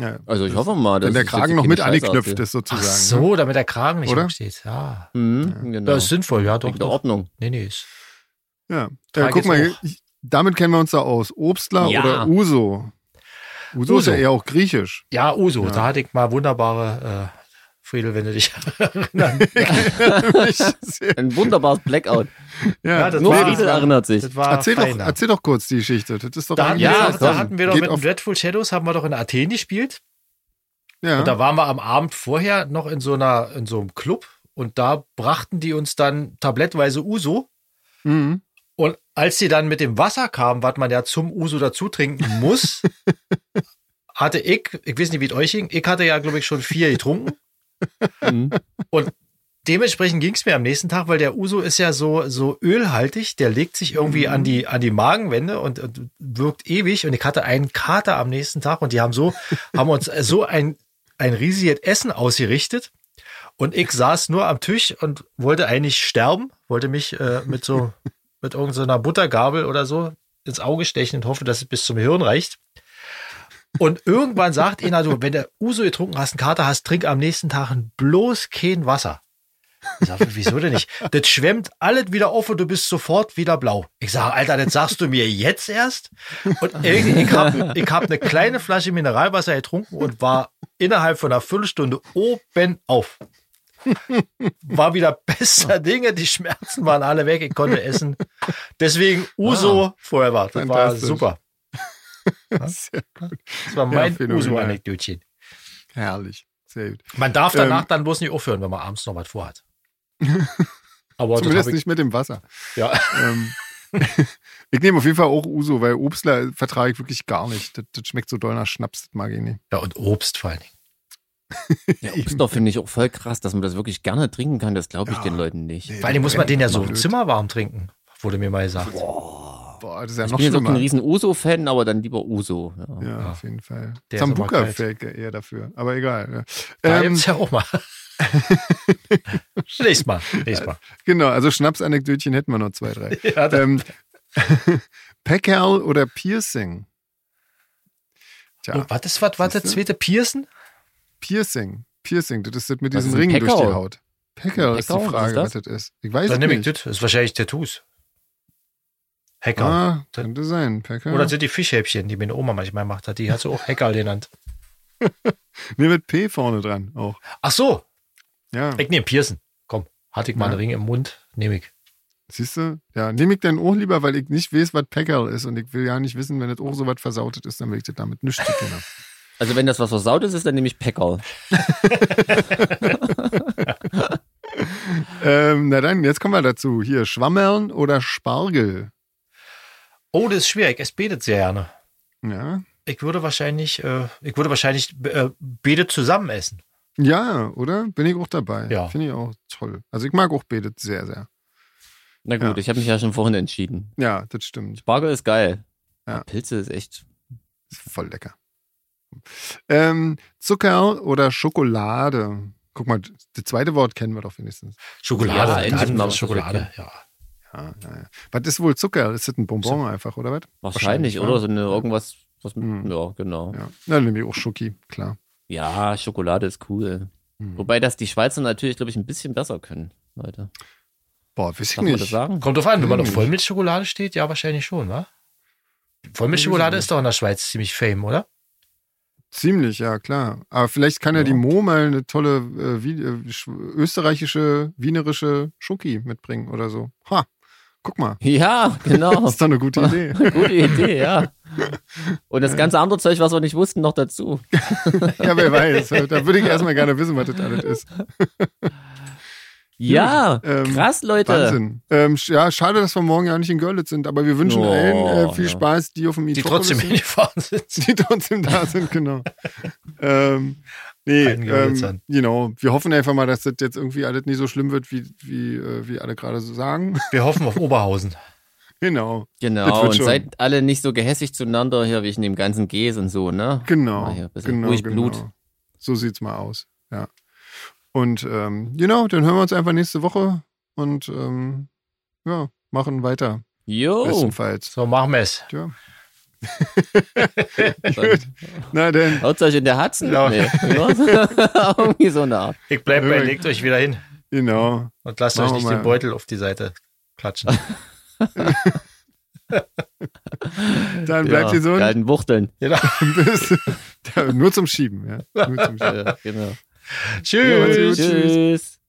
Ja.
Also ich hoffe mal, dass
Wenn der
es jetzt
Kragen noch
keine
mit
Scheiße
angeknüpft
aussieht.
ist, sozusagen.
Ach
ne?
so, damit der Kragen nicht
Oder?
hochsteht. Ja.
Mhm, genau.
Das ist sinnvoll, ja, doch.
Wegen der
doch.
Ordnung.
Nee, nee, ist.
Ja. Äh,
Trage
guck
ist
mal,
hoch.
ich, damit kennen wir uns da aus. Obstler
Ja.
oder Uso? Uso ist
Uso.
ja eher auch griechisch.
Ja, Uso,
Ja.
da hatte ich mal wunderbare, äh, Friedel, wenn du dich erinnerst.
Ich sehe-
Ein wunderbares Blackout.
ja,
Ja, das
Nur
war-
Friedel erinnert sich.
Das war
erzähl, doch,
Ah, feiner.
erzähl doch kurz die Geschichte. Das ist doch
Da hatten,
eigentlich
ja,
alles
da
drin.
hatten wir doch
Geht
mit dem
auf,
Dreadful Shadows, haben wir doch in Athen gespielt.
ja,
Und da waren wir am Abend vorher noch in so, einer, in so einem Club und da brachten die uns dann tablettweise Uso.
mhm.
Und als sie dann mit dem Wasser kamen, was man ja zum Uso dazu trinken muss, hatte ich, ich weiß nicht, wie es euch ging, ich hatte ja, glaube ich, schon vier getrunken.
Mhm.
Dementsprechend ging es mir am nächsten Tag, weil der Uso ist ja so, so ölhaltig, der legt sich irgendwie an, die, an die Magenwände und, und wirkt ewig. Und ich hatte einen Kater am nächsten Tag und die haben so, haben uns so ein, ein riesiges Essen ausgerichtet. Und ich saß nur am Tisch und wollte eigentlich sterben, wollte mich äh, mit so, mit irgendeiner Buttergabel oder so ins Auge stechen und hoffe, dass es bis zum Hirn reicht. Und irgendwann sagt einer so, wenn du Uso getrunken hast, einen Kater hast, trink am nächsten Tag bloß kein Wasser. Ich sag, wieso denn nicht? Das schwemmt alles wieder auf und du bist sofort wieder blau. Ich sage, Alter, das sagst du mir jetzt erst? Und irgendwie, ich habe ich hab eine kleine Flasche Mineralwasser getrunken und war innerhalb von einer Viertelstunde oben auf. War wieder bester Dinge. Die Schmerzen waren alle weg. Ich konnte essen. Deswegen Uso Forever. Das war
Ah, Fantastisch.
super.
Sehr gut.
Das war mein
phänomenal.
Uso-Anekdötchen.
Herrlich. Sehr gut.
Man darf danach
Ähm.
dann bloß nicht aufhören, wenn man abends noch was vorhat. Aber das
Zumindest
habe ich,
nicht mit dem Wasser.
ja,
ähm, ich nehme auf jeden Fall auch Uso, weil Obstler vertrage ich wirklich gar nicht. Das, das schmeckt so doll nach Schnaps, das mag ich nicht.
ja, und Obst vor allen Dingen.
Ja, Obstler finde ich auch voll krass, dass man das wirklich gerne trinken kann. Das glaube ich den Leuten nicht.
Nee,
Vor allen Dingen muss man den ja so im
blöd. Ähm.
Zimmer warm trinken, wurde mir mal gesagt.
Boah, das ist ja
Ich
noch
bin jetzt auch kein
schlimmer.
riesen Uso-Fan, aber dann lieber Uso. Ja.
Ja,
Ja.
auf jeden Fall.
Der ist aber
Sambuca
kalt.
fällt eher dafür, aber egal. Ja.
Da
Ähm,
gibt's ja auch mal. nächstes Mal, nächstes Mal.
genau, also Schnaps-Anekdötchen hätten wir noch zwei, drei.
Ja, da-
ähm, Peckerl oder Piercing? Tja,
oh, was ist was? Was
Siehste?
das zweite Piercen?
Piercing. Piercing, das ist das mit
Was
diesen
ist ein
Ringen durch die
Peckerl?
Haut. Peckerl ist die
Peckerl, was
Frage,
ist
was
das?
das ist. Ich weiß
Dann
es
nehme ich
nicht.
das. Das ist wahrscheinlich Tattoos. Hacker.
Ah,
Das-
könnte sein, Peckerl.
Oder das sind die Fischhäppchen, die meine Oma manchmal gemacht hat. Die hat sie auch Hacker genannt.
Nee, mit P vorne dran auch.
Ach so,
Ja,
ich nehme Piercen. Komm, hatte ich mal
Ja.
einen Ring im Mund, nehme ich.
siehst du? Ja, nehme ich dann auch lieber, weil ich nicht weiß, was Peckerl ist und ich will ja nicht wissen, wenn das auch so was versautet ist, dann will ich das damit nichts zu tun haben.
Also wenn das was Versautes ist, dann nehme ich Peckerl.
ähm, na dann, jetzt kommen wir dazu. Hier, Schwammerln oder Spargel?
Oh, das ist schwierig. Es betet sehr gerne.
Ja,
Ich würde wahrscheinlich, äh, ich würde wahrscheinlich äh, Beete zusammen essen.
ja oder? Bin ich auch dabei.
Ja.
Finde ich auch toll. Also ich mag auch Betet sehr, sehr.
Na gut,
Ja.
ich habe mich ja schon vorhin entschieden.
Ja, das stimmt.
Spargel ist geil.
Ja.
Aber Pilze ist echt.
Ist voll lecker. Ähm, Zucker oder Schokolade? Guck mal, das zweite Wort kennen wir doch wenigstens.
Ja,
Schokolade,
endlich
dann
mal
was
was
Schokolade,
erkennen.
ja.
Ja, ja, ja. Was ist wohl Zucker? Ist das ein Bonbon einfach, oder was?
Wahrscheinlich,
Wahrscheinlich, ja.
oder? So eine irgendwas, was mit,
Mhm.
ja, genau.
Ja, na, nehme ich auch Schoki, klar.
Ja. Schokolade ist cool.
Mhm.
Wobei das die Schweizer natürlich, glaube ich, ein bisschen besser können, Leute.
Boah, weiß ich
Darf man das
nicht.
sagen?
Kommt drauf an, wenn man auf
Hm.
Vollmilchschokolade steht, ja, wahrscheinlich schon, wa? Vollmilchschokolade ist doch in der Schweiz ziemlich fame, oder?
Ziemlich, ja, klar. Aber vielleicht kann ja,
Ja.
die Mo mal eine tolle äh, wie, äh, sch- österreichische, wienerische Schoki mitbringen oder so. Ha, guck mal.
Ja, genau.
Das ist doch eine gute Idee.
Gute Idee, ja. Und das ganze andere Zeug, was wir nicht wussten, noch dazu.
ja, wer weiß. Da würde ich erstmal gerne wissen, was das alles ist.
Ja,
ähm,
krass, Leute.
Wahnsinn. Ähm, sch- ja, schade, dass wir morgen ja nicht in Görlitz sind, aber wir wünschen
Oh,
allen äh, viel
ja.
Spaß, die auf dem
Die
Metropolis
trotzdem
sind.
hingefahren sind.
die trotzdem da sind, genau. ähm, nee,
Allen gehört's
ähm,
an.
genau. Wir hoffen einfach mal, dass das jetzt irgendwie alles nicht so schlimm wird, wie, wie, äh, wie alle gerade so sagen.
Wir hoffen auf Oberhausen.
genau, Das
Genau,
wird
und
schon.
seid alle nicht so gehässig zueinander hier wegen dem ganzen Gs und so, ne?
genau.
Ah, ja, bisschen
genau,
ruhig
genau.
Blut.
So sieht's mal aus, ja. Und ähm, genau, dann hören wir uns einfach nächste Woche und ähm, ja, machen weiter,
Jo,
bestenfalls.
So, machen wir es.
Tja. Gut, na denn.
haut euch in der Hatzen.
Genau.
Ja.
Nee. Irgendwie so eine Art.
Ich bleib bei,
Übrigens.
legt euch wieder hin
Genau.
und lasst
Machen
euch
wir
nicht
mal.
den Beutel auf die Seite klatschen.
Dann bleibt
ja,
gesund.
Galten Wuchteln.
genau.
Bis, nur zum Schieben, ja. Nur zum Schieben.
Ja, genau.
Tschüss.
Tschüss.
Tschüss.